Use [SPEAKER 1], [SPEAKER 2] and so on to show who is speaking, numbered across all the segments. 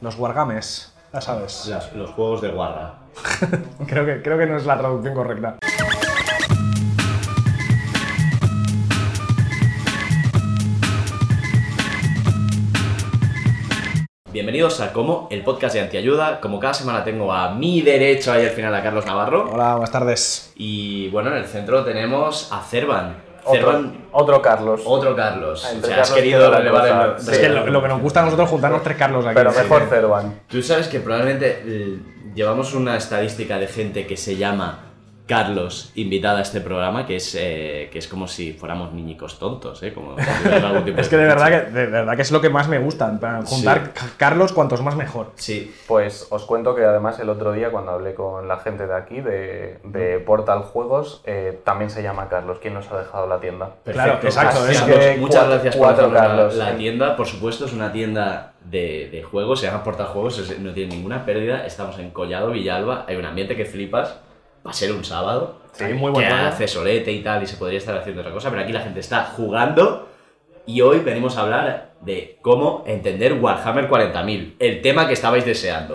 [SPEAKER 1] Los wargames, ya sabes.
[SPEAKER 2] Las- los juegos de guarda.
[SPEAKER 1] Creo que, creo que no es la traducción correcta.
[SPEAKER 3] Bienvenidos a Como, el podcast de Antiayuda. Como cada semana tengo a mi derecho ahí al final a Carlos Navarro.
[SPEAKER 1] Hola, buenas tardes.
[SPEAKER 3] Y bueno, en el centro tenemos a Cervan.
[SPEAKER 4] Otro,
[SPEAKER 3] Cervan,
[SPEAKER 4] otro Carlos.
[SPEAKER 3] otro Carlos.
[SPEAKER 4] Ah,
[SPEAKER 3] O
[SPEAKER 4] entre
[SPEAKER 3] sea, has
[SPEAKER 4] Carlos
[SPEAKER 3] querido
[SPEAKER 4] queda la
[SPEAKER 3] relevar
[SPEAKER 4] cosa.
[SPEAKER 3] el...
[SPEAKER 4] Sí.
[SPEAKER 1] Es que lo, lo que nos gusta a nosotros es juntarnos tres Carlos aquí.
[SPEAKER 4] pero
[SPEAKER 1] Sí.
[SPEAKER 4] mejor Cervan.
[SPEAKER 3] Tú sabes que probablemente eh, llevamos una estadística de gente que se llama Carlos invitada a este programa, que es, eh, que es como si fuéramos niñicos tontos, ¿eh? Como
[SPEAKER 1] Es que de verdad que, de verdad que es lo que más me gusta. en plan, Juntar
[SPEAKER 3] Sí.
[SPEAKER 1] ca- Carlos cuantos más mejor.
[SPEAKER 3] Sí,
[SPEAKER 4] Pues os cuento que además el otro día cuando hablé con la gente de aquí, de,
[SPEAKER 1] Mm.
[SPEAKER 4] de Portal Juegos, eh, también se llama Carlos, quien nos ha dejado la tienda.
[SPEAKER 1] Claro, exacto,
[SPEAKER 3] Así
[SPEAKER 1] es
[SPEAKER 3] que
[SPEAKER 4] que
[SPEAKER 3] muchas
[SPEAKER 4] cuatro-
[SPEAKER 3] gracias por
[SPEAKER 4] cuatro
[SPEAKER 3] hacernos la-
[SPEAKER 4] Carlos,
[SPEAKER 3] la,
[SPEAKER 4] sí.
[SPEAKER 3] tienda. Por supuesto, es una tienda de, de juegos, se llama Portal Juegos, es- no tiene ninguna pérdida. Estamos en Collado, Villalba, hay un ambiente que flipas. Va a ser un sábado.
[SPEAKER 1] Sí, muy buen
[SPEAKER 3] que
[SPEAKER 1] rollo.
[SPEAKER 3] hace solete y tal, y se podría estar haciendo otra cosa, pero aquí la gente está jugando. Y hoy venimos a hablar de cómo entender Warhammer 40.000, el tema que estabais deseando.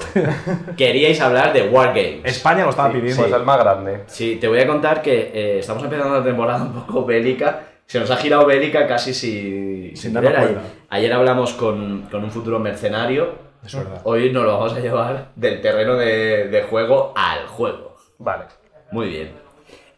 [SPEAKER 3] Queríais hablar de Wargames.
[SPEAKER 1] España lo estaba
[SPEAKER 4] Sí,
[SPEAKER 1] pidiendo.
[SPEAKER 4] pues el más grande.
[SPEAKER 3] Sí, te voy a contar que eh, estamos empezando una temporada un poco bélica. Se nos ha girado bélica casi si- sin,
[SPEAKER 1] darnos
[SPEAKER 3] querer.
[SPEAKER 1] cuenta.
[SPEAKER 3] Ayer, ayer hablamos con, con un futuro mercenario.
[SPEAKER 1] Es verdad.
[SPEAKER 3] Hoy nos lo vamos a llevar del terreno de, de juego al juego.
[SPEAKER 4] Vale.
[SPEAKER 3] Muy bien.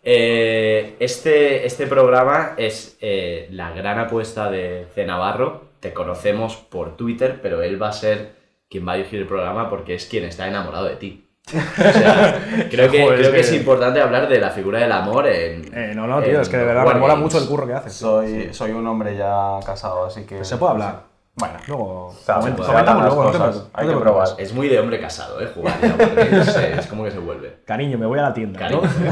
[SPEAKER 3] Eh, este, este programa es eh, la gran apuesta de, de Navarro. Te conocemos por Twitter, pero él va a ser quien va a dirigir el programa porque es quien está enamorado de ti. O sea, creo que,
[SPEAKER 1] Joder,
[SPEAKER 3] creo que
[SPEAKER 1] es
[SPEAKER 3] es
[SPEAKER 1] que-
[SPEAKER 3] importante hablar de la figura del amor en.
[SPEAKER 1] Eh, no, no, tío,
[SPEAKER 3] en
[SPEAKER 1] es que de verdad me
[SPEAKER 3] Wargames.
[SPEAKER 1] mola mucho el curro que haces.
[SPEAKER 4] Soy, soy un hombre ya casado, así que...
[SPEAKER 1] Se puede hablar.
[SPEAKER 4] Bueno.
[SPEAKER 1] Luego
[SPEAKER 4] se habla,
[SPEAKER 1] coment-
[SPEAKER 4] se
[SPEAKER 1] comentamos
[SPEAKER 4] hablan
[SPEAKER 1] luego. no
[SPEAKER 4] las
[SPEAKER 1] te
[SPEAKER 4] cosas,
[SPEAKER 1] preocupes,
[SPEAKER 4] hay
[SPEAKER 1] no te
[SPEAKER 4] que
[SPEAKER 1] preocupes.
[SPEAKER 4] probar.
[SPEAKER 3] Es muy de hombre casado, ¿eh? Jugar. ya, porque no sé, es como que se vuelve.
[SPEAKER 1] Cariño, me voy a la tienda. ¿no?
[SPEAKER 3] Cariño.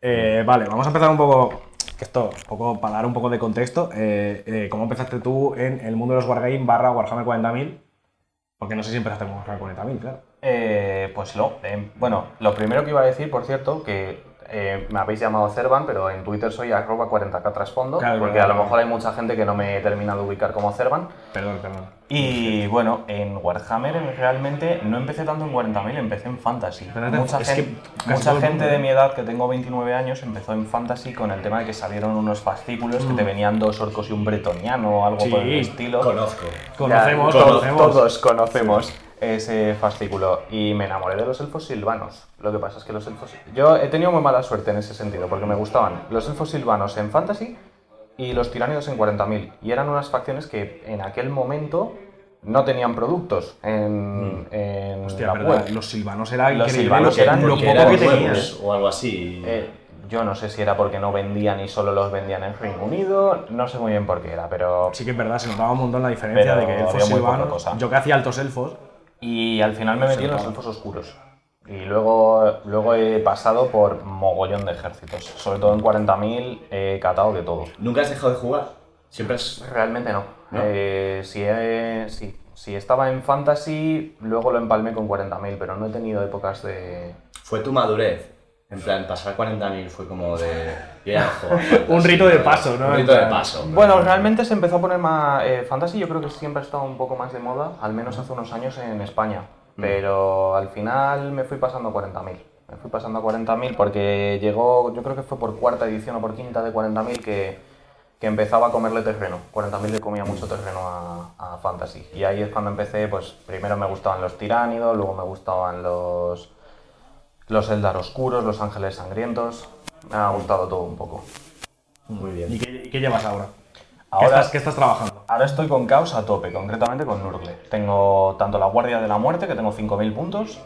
[SPEAKER 1] Eh, vale, vamos a empezar un poco. que Esto, un poco para dar un poco de contexto. eh, eh, ¿Cómo empezaste tú en el mundo de los Wargame barra Warhammer 40.000? Porque no sé si empezaste con Warhammer 40.000, claro.
[SPEAKER 4] Eh, pues no. eh, bueno, lo primero que iba a decir, por cierto, que eh, me habéis llamado Cervan, pero en Twitter soy arroba 40k trasfondo,
[SPEAKER 1] Claro,
[SPEAKER 4] porque
[SPEAKER 1] claro,
[SPEAKER 4] a lo
[SPEAKER 1] claro.
[SPEAKER 4] mejor hay mucha gente que no me termina de ubicar como Cervan.
[SPEAKER 1] Perdón, perdón.
[SPEAKER 4] Y bueno, en Warhammer realmente no empecé tanto en 40.000, empecé en Fantasy.
[SPEAKER 1] Espérate,
[SPEAKER 4] mucha
[SPEAKER 1] es
[SPEAKER 4] gen-
[SPEAKER 1] que casi todo
[SPEAKER 4] mucha
[SPEAKER 1] el
[SPEAKER 4] gente
[SPEAKER 1] mundo.
[SPEAKER 4] de mi edad, que tengo 29 años, empezó en Fantasy con el tema de que salieron unos fascículos que te venían dos orcos y un bretoniano o algo por el
[SPEAKER 1] Mm. Sí,
[SPEAKER 4] estilo.
[SPEAKER 3] Conozco.
[SPEAKER 1] Conocemos,
[SPEAKER 4] Ya, to-
[SPEAKER 1] conocemos.
[SPEAKER 4] Todos conocemos ese fascículo. Y me enamoré de los elfos silvanos. Lo que pasa es que los elfos. Yo he tenido muy mala suerte en ese sentido, porque me gustaban los elfos silvanos en Fantasy y los tiránidos en 40.000. Y eran unas facciones que en aquel momento no tenían productos en, en
[SPEAKER 1] Mm. Hostia,
[SPEAKER 4] la
[SPEAKER 1] verdad,
[SPEAKER 4] web.
[SPEAKER 1] los silvanos era
[SPEAKER 4] Los
[SPEAKER 1] increíble
[SPEAKER 4] silvanos
[SPEAKER 1] lo que,
[SPEAKER 4] eran
[SPEAKER 1] lo
[SPEAKER 4] porque
[SPEAKER 1] poco
[SPEAKER 4] eran
[SPEAKER 1] que
[SPEAKER 4] nuevos.
[SPEAKER 1] tenías.
[SPEAKER 3] o algo así.
[SPEAKER 4] Eh, yo no sé si era porque no vendían y solo los vendían en Reino Unido, no sé muy bien por qué era, pero
[SPEAKER 1] Sí que es verdad, se notaba un montón la diferencia
[SPEAKER 4] Pero
[SPEAKER 1] de que elfos
[SPEAKER 4] había muy poca
[SPEAKER 1] silvanos.
[SPEAKER 4] cosa.
[SPEAKER 1] Yo que hacía altos elfos.
[SPEAKER 4] Y al final me metí en los elfos oscuros. Y luego, luego he pasado por mogollón de ejércitos. Sobre todo en 40.000 he catado de todo.
[SPEAKER 3] ¿Nunca has dejado de jugar? Siempre has.
[SPEAKER 4] Realmente no.
[SPEAKER 3] ¿No?
[SPEAKER 4] Eh, si, he- sí. si estaba en Fantasy, luego lo empalmé con 40.000, pero no he tenido épocas de...
[SPEAKER 3] Fue tu madurez. En plan, pasar 40.000 fue como de. yo ya no juego a fantasy,
[SPEAKER 1] Un rito de paso, ¿no?
[SPEAKER 3] Un
[SPEAKER 1] En
[SPEAKER 3] rito de
[SPEAKER 1] plan-
[SPEAKER 3] paso.
[SPEAKER 4] Bueno, realmente se empezó a poner más... eh, Fantasy yo creo que siempre ha estado un poco más de moda, al menos hace unos años en España. Pero al final me fui pasando a 40.000. Me fui pasando a 40.000 porque llegó, yo creo que fue por cuarta edición o por quinta de 40.000 que, que empezaba a comerle terreno. 40.000 le comía mucho terreno a, a Fantasy. Y ahí es cuando empecé, pues primero me gustaban los tiránidos, luego me gustaban los... Los Eldar Oscuros, los Ángeles Sangrientos. Me ha gustado todo un poco.
[SPEAKER 3] Muy bien.
[SPEAKER 1] ¿Y qué, y qué llevas ahora? ¿Qué,
[SPEAKER 4] Ahora-
[SPEAKER 1] estás, qué estás trabajando?
[SPEAKER 4] Ahora estoy con caos a tope, concretamente con Nurgle. Tengo tanto la Guardia de la Muerte, que tengo 5.000 puntos,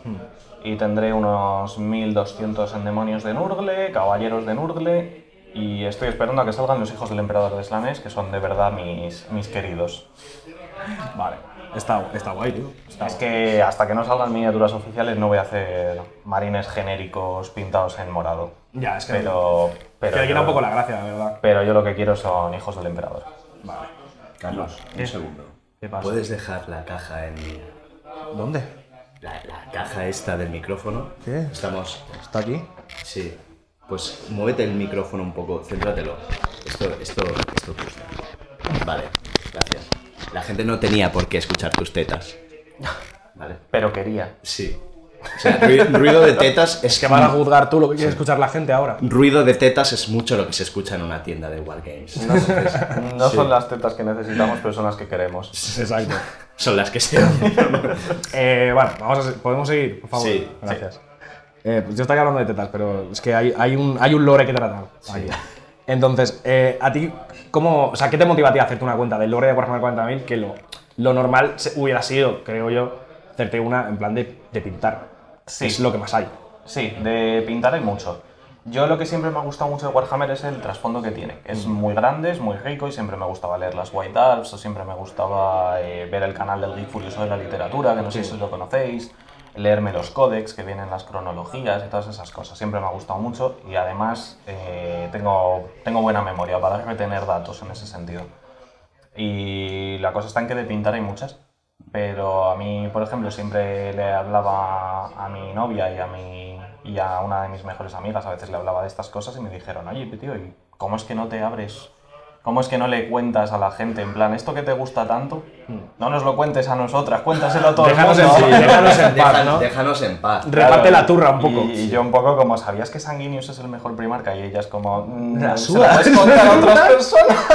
[SPEAKER 4] y tendré unos 1.200 en demonios de Nurgle, caballeros de Nurgle, y estoy esperando a que salgan los hijos del Emperador de Slanes, que son de verdad mis, mis queridos.
[SPEAKER 1] Vale. Está, está guay, tío. Está
[SPEAKER 4] Es que hasta que no salgan miniaturas oficiales no voy a hacer marines genéricos pintados en morado.
[SPEAKER 1] Ya, es que.
[SPEAKER 4] Pero...
[SPEAKER 1] que
[SPEAKER 4] Pero,
[SPEAKER 1] le quita un
[SPEAKER 4] yo,
[SPEAKER 1] poco la gracia, la verdad.
[SPEAKER 4] pero yo lo que quiero son hijos del Emperador.
[SPEAKER 1] Vale.
[SPEAKER 3] Carlos,
[SPEAKER 1] Eh.
[SPEAKER 3] un segundo.
[SPEAKER 4] ¿Qué pasa?
[SPEAKER 3] ¿Puedes dejar la caja en.
[SPEAKER 1] ¿Dónde?
[SPEAKER 3] La, la caja esta del micrófono?
[SPEAKER 1] ¿Qué?
[SPEAKER 3] Estamos.
[SPEAKER 1] ¿Está aquí?
[SPEAKER 3] Sí. Pues muévete el micrófono un poco, céntratelo. Esto, esto, esto gusta. Vale, gracias. La gente no tenía por qué escuchar tus tetas. ¿vale?
[SPEAKER 4] Pero quería.
[SPEAKER 3] Sí. O sea, ru- ruido de tetas es
[SPEAKER 1] Que van a juzgar tú lo que quieres escuchar la gente ahora.
[SPEAKER 3] Ruido de tetas es mucho lo que se escucha en una tienda de Wargames.
[SPEAKER 4] No, no
[SPEAKER 3] Sí.
[SPEAKER 4] son las tetas que necesitamos, pero son las que queremos.
[SPEAKER 1] Exacto.
[SPEAKER 3] Son las que se hacen.
[SPEAKER 1] Eh, vale, vamos a, se- podemos seguir, por favor.
[SPEAKER 3] Sí,
[SPEAKER 1] gracias. Eh, pues yo estaría hablando de tetas, pero es que hay, hay un, hay un lore que tratar. aquí. Entonces, eh, a ti, ¿cómo, o sea, ¿qué te motiva a ti a hacerte una cuenta del lore de Warhammer 40.000? Que lo, lo normal se- hubiera sido, creo yo, hacerte una en plan de, de pintar.
[SPEAKER 4] Sí.
[SPEAKER 1] Es lo que más hay.
[SPEAKER 4] Sí, de pintar hay mucho. Yo lo que siempre me ha gustado mucho de Warhammer es el trasfondo que tiene. Es muy grande, es muy rico y siempre me gustaba leer las White Alps o siempre me gustaba eh, ver el canal del Geek Furioso de la Literatura, que no sé si lo conocéis, leerme los códex que vienen las cronologías y todas esas cosas. Siempre me ha gustado mucho y además eh, tengo, tengo buena memoria para retener datos en ese sentido. Y la cosa está en que de pintar hay muchas. Pero a mí, por ejemplo, siempre le hablaba a mi novia y a, mi, y a una de mis mejores amigas, a veces le hablaba de estas cosas y me dijeron, oye, tío, ¿y cómo es que no te abres? ¿Cómo es que no le cuentas a la gente, en plan, esto que te gusta tanto, no nos lo cuentes a nosotras, cuéntaselo a todo el
[SPEAKER 1] Déjanos en,
[SPEAKER 4] mundo".
[SPEAKER 1] sí, déjanos en paz,
[SPEAKER 3] Deja-
[SPEAKER 1] ¿no?
[SPEAKER 3] Déjanos en paz.
[SPEAKER 1] Re- Reparte la turra un poco.
[SPEAKER 4] Y, y yo un poco como, ¿sabías que Sanguinius es el mejor primarca? Y ellas como, "Mm,
[SPEAKER 1] La
[SPEAKER 4] ¿se
[SPEAKER 1] suda".
[SPEAKER 4] lo puedes contar a otras personas?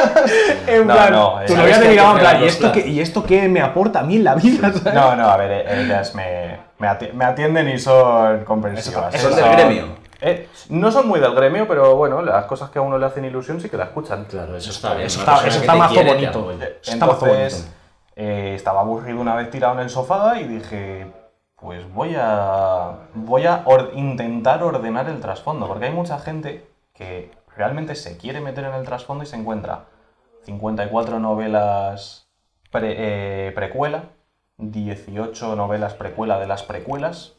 [SPEAKER 1] En
[SPEAKER 4] No,
[SPEAKER 1] plan,
[SPEAKER 4] no,
[SPEAKER 1] tu novia
[SPEAKER 4] eh,
[SPEAKER 3] sabes
[SPEAKER 1] te
[SPEAKER 3] que
[SPEAKER 1] miraba en
[SPEAKER 3] te
[SPEAKER 1] plan,
[SPEAKER 3] pegan
[SPEAKER 1] ¿y
[SPEAKER 3] los
[SPEAKER 1] esto, qué,
[SPEAKER 3] platos".
[SPEAKER 1] ¿y esto qué me aporta a mí en la vida? ¿sabes?
[SPEAKER 4] No, no, a ver, eh, ellas me, me ati- me atienden y son comprensivas.
[SPEAKER 1] Eso- eso
[SPEAKER 4] ¿eh?
[SPEAKER 3] es del gremio.
[SPEAKER 4] eh, no son muy del gremio, pero bueno, las cosas que a uno le hacen ilusión sí que la escuchan.
[SPEAKER 3] Claro, eso está bien.
[SPEAKER 1] Eso
[SPEAKER 3] una
[SPEAKER 1] está-
[SPEAKER 3] persona
[SPEAKER 1] eso
[SPEAKER 3] que
[SPEAKER 1] está
[SPEAKER 3] te
[SPEAKER 1] mazo
[SPEAKER 3] quiere, te
[SPEAKER 1] bonito.
[SPEAKER 3] apoya.
[SPEAKER 1] Eso está mazo
[SPEAKER 4] Pues, Entonces, eh, estaba aburrido una vez tirado en el sofá y dije, pues voy a, voy a or- intentar ordenar el trasfondo, porque hay mucha gente que realmente se quiere meter en el trasfondo y se encuentra 54 novelas pre- eh, precuela, 18 novelas precuela de las precuelas,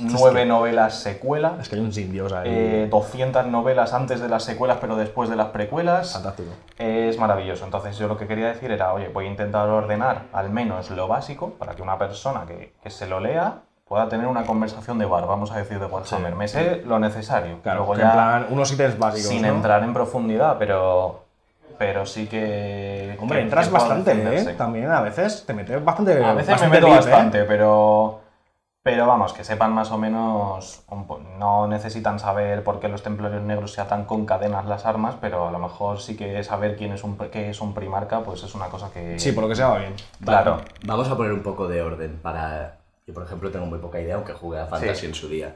[SPEAKER 4] 9 novelas secuela,
[SPEAKER 1] Es que hay un simbios ahí.
[SPEAKER 4] eh, 200 novelas antes de las secuelas pero después de las precuelas.
[SPEAKER 1] Fantástico.
[SPEAKER 4] Es maravilloso. Entonces yo lo que quería decir era, oye, voy a intentar ordenar al menos lo básico para que una persona que, que se lo lea pueda tener una conversación de bar, vamos a decir, de Warhammer. Me sé lo necesario.
[SPEAKER 1] Claro,
[SPEAKER 4] Luego
[SPEAKER 1] que
[SPEAKER 4] ya,
[SPEAKER 1] en plan, unos ítems básicos.
[SPEAKER 4] sin
[SPEAKER 1] ¿no?
[SPEAKER 4] entrar en profundidad, pero, pero sí que...
[SPEAKER 1] Hombre,
[SPEAKER 4] que-
[SPEAKER 1] entras
[SPEAKER 4] que pueda
[SPEAKER 1] bastante, ¿eh?
[SPEAKER 4] defenderse.
[SPEAKER 1] También a veces te metes bastante.
[SPEAKER 4] A veces me
[SPEAKER 1] bastante
[SPEAKER 4] meto
[SPEAKER 1] deep, ¿eh?
[SPEAKER 4] bastante, pero... Pero vamos, que sepan más o menos, un po- no necesitan saber por qué los templarios negros se atan con cadenas las armas, pero a lo mejor sí que saber quién es un, pr- qué es un primarca, pues es una cosa que...
[SPEAKER 1] Sí, por lo que sea va bien.
[SPEAKER 4] Claro.
[SPEAKER 3] Vale, Vamos a poner un poco de orden para... Yo, por ejemplo, tengo muy poca idea, aunque jugué a Fantasy
[SPEAKER 4] Sí.
[SPEAKER 3] en su día.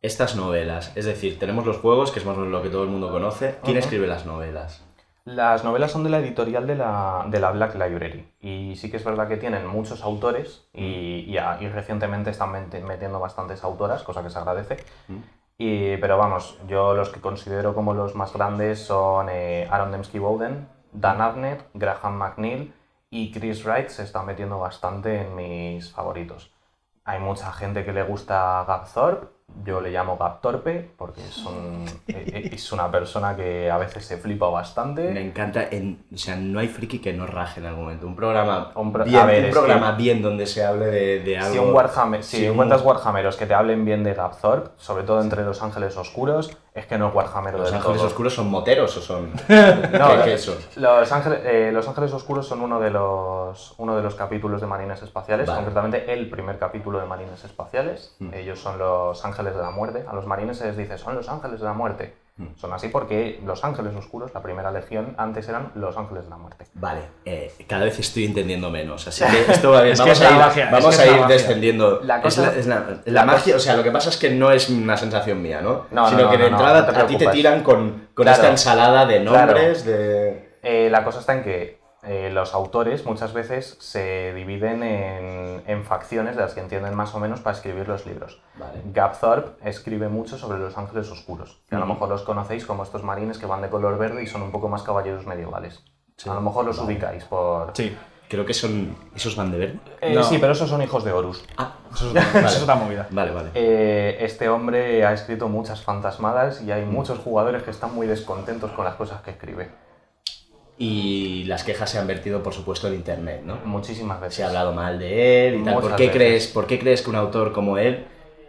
[SPEAKER 3] Estas novelas, es decir, tenemos los juegos, que es más o menos lo que todo el mundo conoce. ¿Quién
[SPEAKER 4] Ujú.
[SPEAKER 3] escribe las novelas?
[SPEAKER 4] Las novelas son de la editorial de la, de la Black Library y sí que es verdad que tienen muchos autores y, y a- y recientemente están mete- metiendo bastantes autoras, cosa que se agradece. Y- pero vamos, yo los que considero como los más grandes son eh, Aaron Dembski Bowden, Dan Abnett, Graham McNeil y Chris Wright se está metiendo bastante en mis favoritos. Hay mucha gente que le gusta Gab Thorpe, yo le llamo Gab Torpe porque es, un- e- e- es una persona que a veces se flipa bastante.
[SPEAKER 3] Me encanta, en- o sea, no hay friki que no raje en algún momento. Un programa,
[SPEAKER 4] Un pro-
[SPEAKER 3] bien,
[SPEAKER 4] a ver,
[SPEAKER 3] un
[SPEAKER 4] es
[SPEAKER 3] programa bien donde se hable de, de algo...
[SPEAKER 4] Si, un Warhammer, si
[SPEAKER 3] Sí, un-
[SPEAKER 4] encuentras Warhammeros que te hablen bien de Gapthorpe, sobre todo entre Los Ángeles Oscuros, es que no es Warhammer
[SPEAKER 3] Los
[SPEAKER 4] del
[SPEAKER 3] Ángeles
[SPEAKER 4] todo.
[SPEAKER 3] Oscuros son moteros o son...
[SPEAKER 4] No,
[SPEAKER 3] ¿Qué- qué
[SPEAKER 4] eh,
[SPEAKER 3] son?
[SPEAKER 4] Los Ángeles, eh, Los Ángeles Oscuros son uno de los, uno de los capítulos de Marines Espaciales,
[SPEAKER 3] Vale.
[SPEAKER 4] concretamente el primer capítulo de Marines Espaciales. Ellos son los Ángeles de la Muerte. A los Marines se les dice, son los Ángeles de la Muerte. Son así porque los Ángeles Oscuros, la primera legión, antes eran los Ángeles de la Muerte.
[SPEAKER 3] Vale, eh, cada vez estoy entendiendo menos, así que esto va bien.
[SPEAKER 1] Es que
[SPEAKER 3] vamos
[SPEAKER 1] es la
[SPEAKER 3] a ir,
[SPEAKER 1] magia, es
[SPEAKER 3] vamos
[SPEAKER 1] que
[SPEAKER 3] a
[SPEAKER 1] es la
[SPEAKER 3] ir
[SPEAKER 1] magia.
[SPEAKER 3] descendiendo.
[SPEAKER 4] La
[SPEAKER 3] Es
[SPEAKER 4] cosa-
[SPEAKER 3] la- es la, la
[SPEAKER 4] la
[SPEAKER 3] magia,
[SPEAKER 4] cosa-
[SPEAKER 3] o sea, lo que pasa es que no es una sensación mía, ¿no?
[SPEAKER 4] No, no,
[SPEAKER 3] Sino
[SPEAKER 4] no,
[SPEAKER 3] que de
[SPEAKER 4] no, no,
[SPEAKER 3] entrada
[SPEAKER 4] no te
[SPEAKER 3] a ti te
[SPEAKER 4] preocupes.
[SPEAKER 3] tiran con, con
[SPEAKER 4] Claro.
[SPEAKER 3] esta ensalada de
[SPEAKER 4] Claro.
[SPEAKER 3] nombres, de...
[SPEAKER 4] Eh, la cosa está en que eh, los autores muchas veces se dividen en, en facciones de las que entienden más o menos para escribir los libros.
[SPEAKER 3] Vale.
[SPEAKER 4] Gab Thorpe escribe mucho sobre los ángeles oscuros, que a lo
[SPEAKER 3] Ujú.
[SPEAKER 4] mejor los conocéis como estos marines que van de color verde y son un poco más caballeros medievales.
[SPEAKER 3] Sí,
[SPEAKER 4] a lo mejor los ubicáis por...
[SPEAKER 1] Sí.
[SPEAKER 3] Creo que son... ¿Esos van de verde?
[SPEAKER 4] Eh,
[SPEAKER 1] No.
[SPEAKER 4] sí, pero esos son hijos de Horus.
[SPEAKER 3] Ah,
[SPEAKER 1] Eso es, otra- eso es otra movida.
[SPEAKER 3] vale, vale.
[SPEAKER 4] Eh, este hombre ha escrito muchas fantasmadas y
[SPEAKER 3] Mm.
[SPEAKER 4] hay muchos jugadores que están muy descontentos con las cosas que escribe.
[SPEAKER 3] Y las quejas se han vertido, por supuesto, en Internet, ¿no?
[SPEAKER 4] Muchísimas veces.
[SPEAKER 3] Se ha hablado mal de él y tal. ¿Por
[SPEAKER 4] Muchas
[SPEAKER 3] qué,
[SPEAKER 4] veces.
[SPEAKER 3] crees, ¿Por qué crees que un autor como él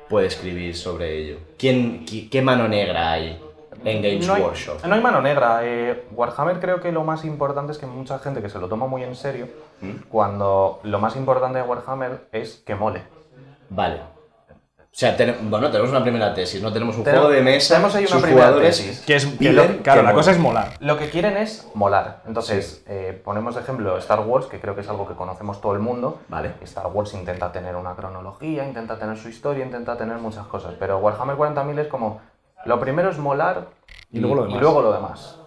[SPEAKER 3] puede escribir sobre ello? ¿Quién, qui- ¿Qué mano negra hay? En Games
[SPEAKER 4] no hay,
[SPEAKER 3] Workshop.
[SPEAKER 4] No hay mano negra. eh, Warhammer creo que lo más importante es que mucha gente que se lo toma muy en serio,
[SPEAKER 1] ¿Mm?
[SPEAKER 4] cuando lo más importante de Warhammer es que mole.
[SPEAKER 3] Vale. O sea, tene- bueno, tenemos una primera tesis, no tenemos un
[SPEAKER 4] Tenemos-
[SPEAKER 3] juego de mesa,
[SPEAKER 4] tenemos ahí una
[SPEAKER 3] sus
[SPEAKER 4] primera
[SPEAKER 3] jugadores
[SPEAKER 4] tesis.
[SPEAKER 1] Que es, que
[SPEAKER 3] piden
[SPEAKER 1] lo- claro,
[SPEAKER 3] que
[SPEAKER 1] la cosa
[SPEAKER 3] mola.
[SPEAKER 1] es molar.
[SPEAKER 4] Lo que quieren es molar. Entonces, eh, ponemos de ejemplo Star Wars, que creo que es algo que conocemos todo el mundo.
[SPEAKER 3] Vale.
[SPEAKER 4] Star Wars intenta tener una cronología, intenta tener su historia, intenta tener muchas cosas. Pero Warhammer 40.000 es como, lo primero es molar
[SPEAKER 1] Y luego lo demás.
[SPEAKER 4] luego lo demás.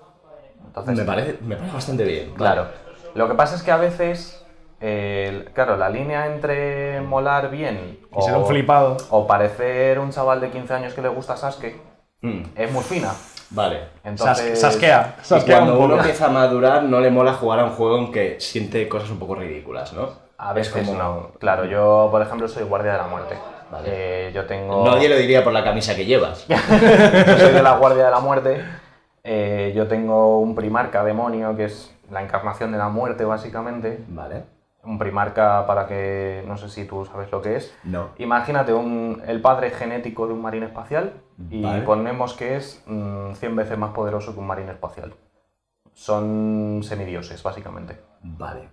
[SPEAKER 4] Entonces,
[SPEAKER 3] Me parece, me parece bastante bien.
[SPEAKER 4] Claro. Lo que pasa es que a veces, eh, el- claro, la línea entre molar bien
[SPEAKER 1] Y ser un flipado.
[SPEAKER 4] o parecer un chaval de 15 años que le gusta Sasuke
[SPEAKER 3] Mm,
[SPEAKER 4] es muy fina.
[SPEAKER 3] vale.
[SPEAKER 4] Entonces,
[SPEAKER 1] Sas- sasquea.
[SPEAKER 3] Y
[SPEAKER 1] Sasquea un
[SPEAKER 3] cuando
[SPEAKER 1] poco.
[SPEAKER 3] uno empieza a madurar, no le mola jugar a un juego en que siente cosas un poco ridículas, ¿no?
[SPEAKER 4] A veces
[SPEAKER 3] Es como-
[SPEAKER 4] no. Claro, yo, por ejemplo, soy guardia de la muerte.
[SPEAKER 3] Vale.
[SPEAKER 4] Eh, yo tengo...
[SPEAKER 3] Nadie lo diría por la camisa que llevas.
[SPEAKER 4] Yo soy de la Guardia de la Muerte. eh, yo tengo un primarca demonio, que es la encarnación de la muerte, básicamente.
[SPEAKER 3] Vale.
[SPEAKER 4] Un primarca para que. No sé si tú sabes lo que es.
[SPEAKER 3] No.
[SPEAKER 4] Imagínate un, el padre genético de un marín espacial y
[SPEAKER 3] Vale.
[SPEAKER 4] ponemos que es mm, 100 veces más poderoso que un marín espacial. Son semidioses, básicamente.
[SPEAKER 3] Vale.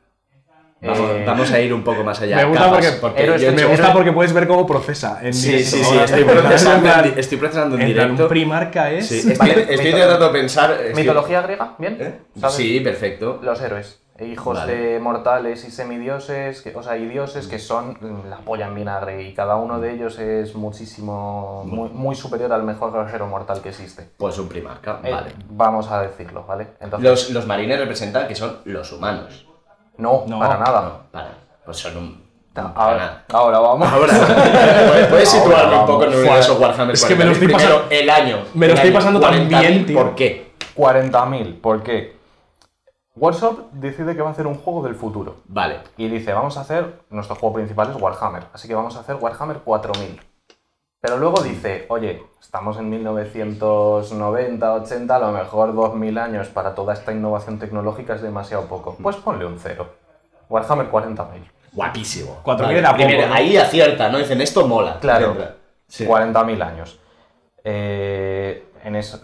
[SPEAKER 3] Vamos,
[SPEAKER 4] Eh,
[SPEAKER 3] vamos a ir un poco más allá.
[SPEAKER 1] Me gusta
[SPEAKER 3] capas,
[SPEAKER 1] porque,
[SPEAKER 4] héroes
[SPEAKER 3] yo-
[SPEAKER 4] de
[SPEAKER 1] me
[SPEAKER 4] hecho,
[SPEAKER 1] gusta
[SPEAKER 4] héroe-
[SPEAKER 1] porque puedes ver cómo procesa. En
[SPEAKER 3] Sí,
[SPEAKER 1] directo,
[SPEAKER 3] sí,
[SPEAKER 1] ¿no?
[SPEAKER 3] sí,
[SPEAKER 1] En
[SPEAKER 3] estoy
[SPEAKER 1] plan,
[SPEAKER 3] procesando,
[SPEAKER 1] en plan,
[SPEAKER 3] en- estoy procesando en
[SPEAKER 1] en plan,
[SPEAKER 3] directo.
[SPEAKER 1] un primarca es.
[SPEAKER 3] Sí, estoy,
[SPEAKER 4] Vale,
[SPEAKER 3] estoy
[SPEAKER 4] mito-
[SPEAKER 3] tratando de pensar. estoy-
[SPEAKER 4] ¿Mitología griega? ¿Bien?
[SPEAKER 3] ¿Eh?
[SPEAKER 4] ¿Sabes?
[SPEAKER 3] Sí, perfecto.
[SPEAKER 4] Los héroes, E hijos
[SPEAKER 3] Vale.
[SPEAKER 4] de mortales y semidioses, que- o sea, y dioses que son mm, la polla en vinagre y cada uno
[SPEAKER 3] Mm.
[SPEAKER 4] de ellos es muchísimo, muy, muy superior al mejor guerrero mortal que existe.
[SPEAKER 3] Pues un primarca,
[SPEAKER 4] Eh,
[SPEAKER 3] vale.
[SPEAKER 4] Vamos a decirlo, ¿vale? Entonces,
[SPEAKER 3] Los, los marines representan que son los humanos.
[SPEAKER 4] no,
[SPEAKER 1] No,
[SPEAKER 4] para nada.
[SPEAKER 3] No, para. Pues son un. para
[SPEAKER 4] Ahora,
[SPEAKER 3] nada.
[SPEAKER 4] ahora vamos.
[SPEAKER 3] Ahora, ¿puedes- ¿puedes
[SPEAKER 4] Ahora
[SPEAKER 3] situarme un
[SPEAKER 4] vamos.
[SPEAKER 3] poco en el
[SPEAKER 1] Joder,
[SPEAKER 3] universo Warhammer?
[SPEAKER 1] es que me lo
[SPEAKER 3] 40.000?
[SPEAKER 1] estoy
[SPEAKER 3] Primero,
[SPEAKER 1] pasando-
[SPEAKER 3] el año.
[SPEAKER 1] me lo
[SPEAKER 3] el
[SPEAKER 1] estoy
[SPEAKER 3] año,
[SPEAKER 1] pasando tan
[SPEAKER 3] 40.000,
[SPEAKER 1] bien, tío.
[SPEAKER 3] ¿Por qué?
[SPEAKER 4] 40.000, ¿por qué? Workshop decide que va a hacer un juego del futuro.
[SPEAKER 3] Vale.
[SPEAKER 4] Y dice, vamos a hacer, nuestro juego principal es Warhammer, así que vamos a hacer Warhammer 4000. Pero luego dice, oye, estamos en 1990, 80, a lo mejor 2000 años para toda esta innovación tecnológica es demasiado poco. Pues ponle un cero. Warhammer 40.000.
[SPEAKER 3] Guapísimo.
[SPEAKER 1] 4.000
[SPEAKER 3] Vale,
[SPEAKER 1] era poco,
[SPEAKER 3] primero,
[SPEAKER 1] ¿no?
[SPEAKER 3] Ahí acierta, ¿no? Dicen, esto mola.
[SPEAKER 4] Claro.
[SPEAKER 3] Entra. Sí.
[SPEAKER 4] 40.000 años. Eh, en es-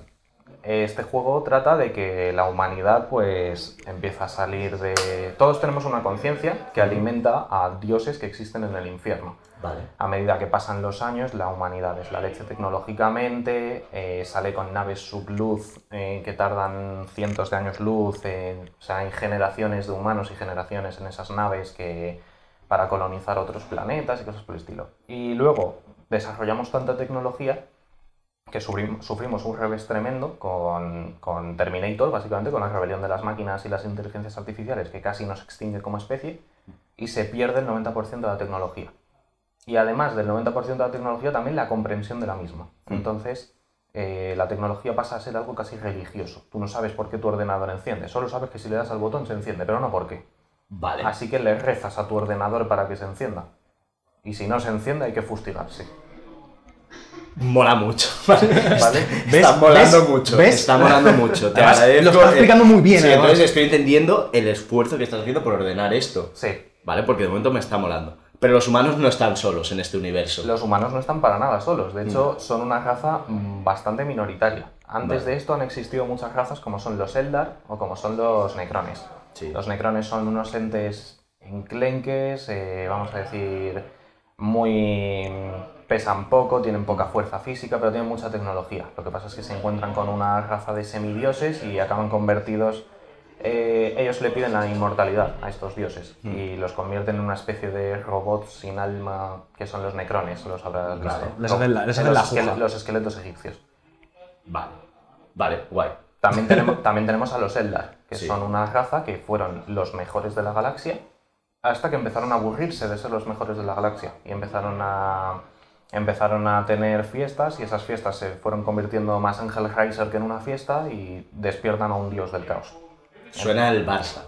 [SPEAKER 4] este juego trata de que la humanidad pues empieza a salir de... Todos tenemos una conciencia que alimenta a dioses que existen en el infierno.
[SPEAKER 3] Vale.
[SPEAKER 4] A medida que pasan los años, la humanidad es la leche tecnológicamente, eh, sale con naves subluz eh, que tardan cientos de años luz, eh, o sea, hay generaciones de humanos y generaciones en esas naves que para colonizar otros planetas y cosas por el estilo. Y luego desarrollamos tanta tecnología que sufrim- sufrimos un revés tremendo con, con Terminator, básicamente con la rebelión de las máquinas y las inteligencias artificiales, que casi nos extingue como especie, y se pierde el 90% de la tecnología. Y además del 90% de la tecnología, también la comprensión de la misma. Entonces, eh, la tecnología pasa a ser algo casi religioso. Tú no sabes por qué tu ordenador enciende, solo sabes que si le das al botón se enciende, pero no por qué.
[SPEAKER 3] Vale.
[SPEAKER 4] Así que le rezas a tu ordenador para que se encienda. Y si no se enciende, hay que fustigarse.
[SPEAKER 3] Mola mucho. Vale.
[SPEAKER 4] ¿Vale?
[SPEAKER 3] Está
[SPEAKER 1] ¿Ves?
[SPEAKER 3] molando
[SPEAKER 1] ¿Ves?
[SPEAKER 3] mucho.
[SPEAKER 1] ¿Ves?
[SPEAKER 3] Está molando mucho. Te
[SPEAKER 1] Además,
[SPEAKER 3] agradezco.
[SPEAKER 1] lo estás
[SPEAKER 3] el-
[SPEAKER 1] explicando muy bien,
[SPEAKER 3] Sí,
[SPEAKER 1] además.
[SPEAKER 3] entonces estoy entendiendo el esfuerzo que estás haciendo por ordenar esto.
[SPEAKER 4] Sí,
[SPEAKER 3] Vale, porque de momento me está molando. Pero los humanos no están solos en este universo.
[SPEAKER 4] los humanos no están para nada solos. De hecho, son una raza mm, bastante minoritaria. Antes
[SPEAKER 3] Vale.
[SPEAKER 4] de esto han existido muchas razas como son los Eldar o como son los Necrones.
[SPEAKER 3] Sí.
[SPEAKER 4] Los Necrones son unos entes enclenques, eh, vamos a decir, muy... mm, pesan poco, tienen poca fuerza física, pero tienen mucha tecnología. Lo que pasa es que se encuentran con una raza de semidioses y acaban convertidos... eh, ellos le piden la inmortalidad a estos dioses
[SPEAKER 1] Mm.
[SPEAKER 4] y los convierten en una especie de robots sin alma que son los necrones, los habrás visto.
[SPEAKER 1] les hacen la- les hacen
[SPEAKER 4] los
[SPEAKER 1] la
[SPEAKER 4] esquele-
[SPEAKER 1] juja.
[SPEAKER 4] los esqueletos egipcios.
[SPEAKER 3] Vale. Vale, guay.
[SPEAKER 4] También tenemos, también tenemos a los Eldar, que
[SPEAKER 3] Sí.
[SPEAKER 4] son una raza que fueron los mejores de la galaxia, hasta que empezaron a aburrirse de ser los mejores de la galaxia y empezaron a, empezaron a tener fiestas y esas fiestas se fueron convirtiendo más en Hellraiser que en una fiesta y despiertan a un dios del caos.
[SPEAKER 3] Suena el Barça.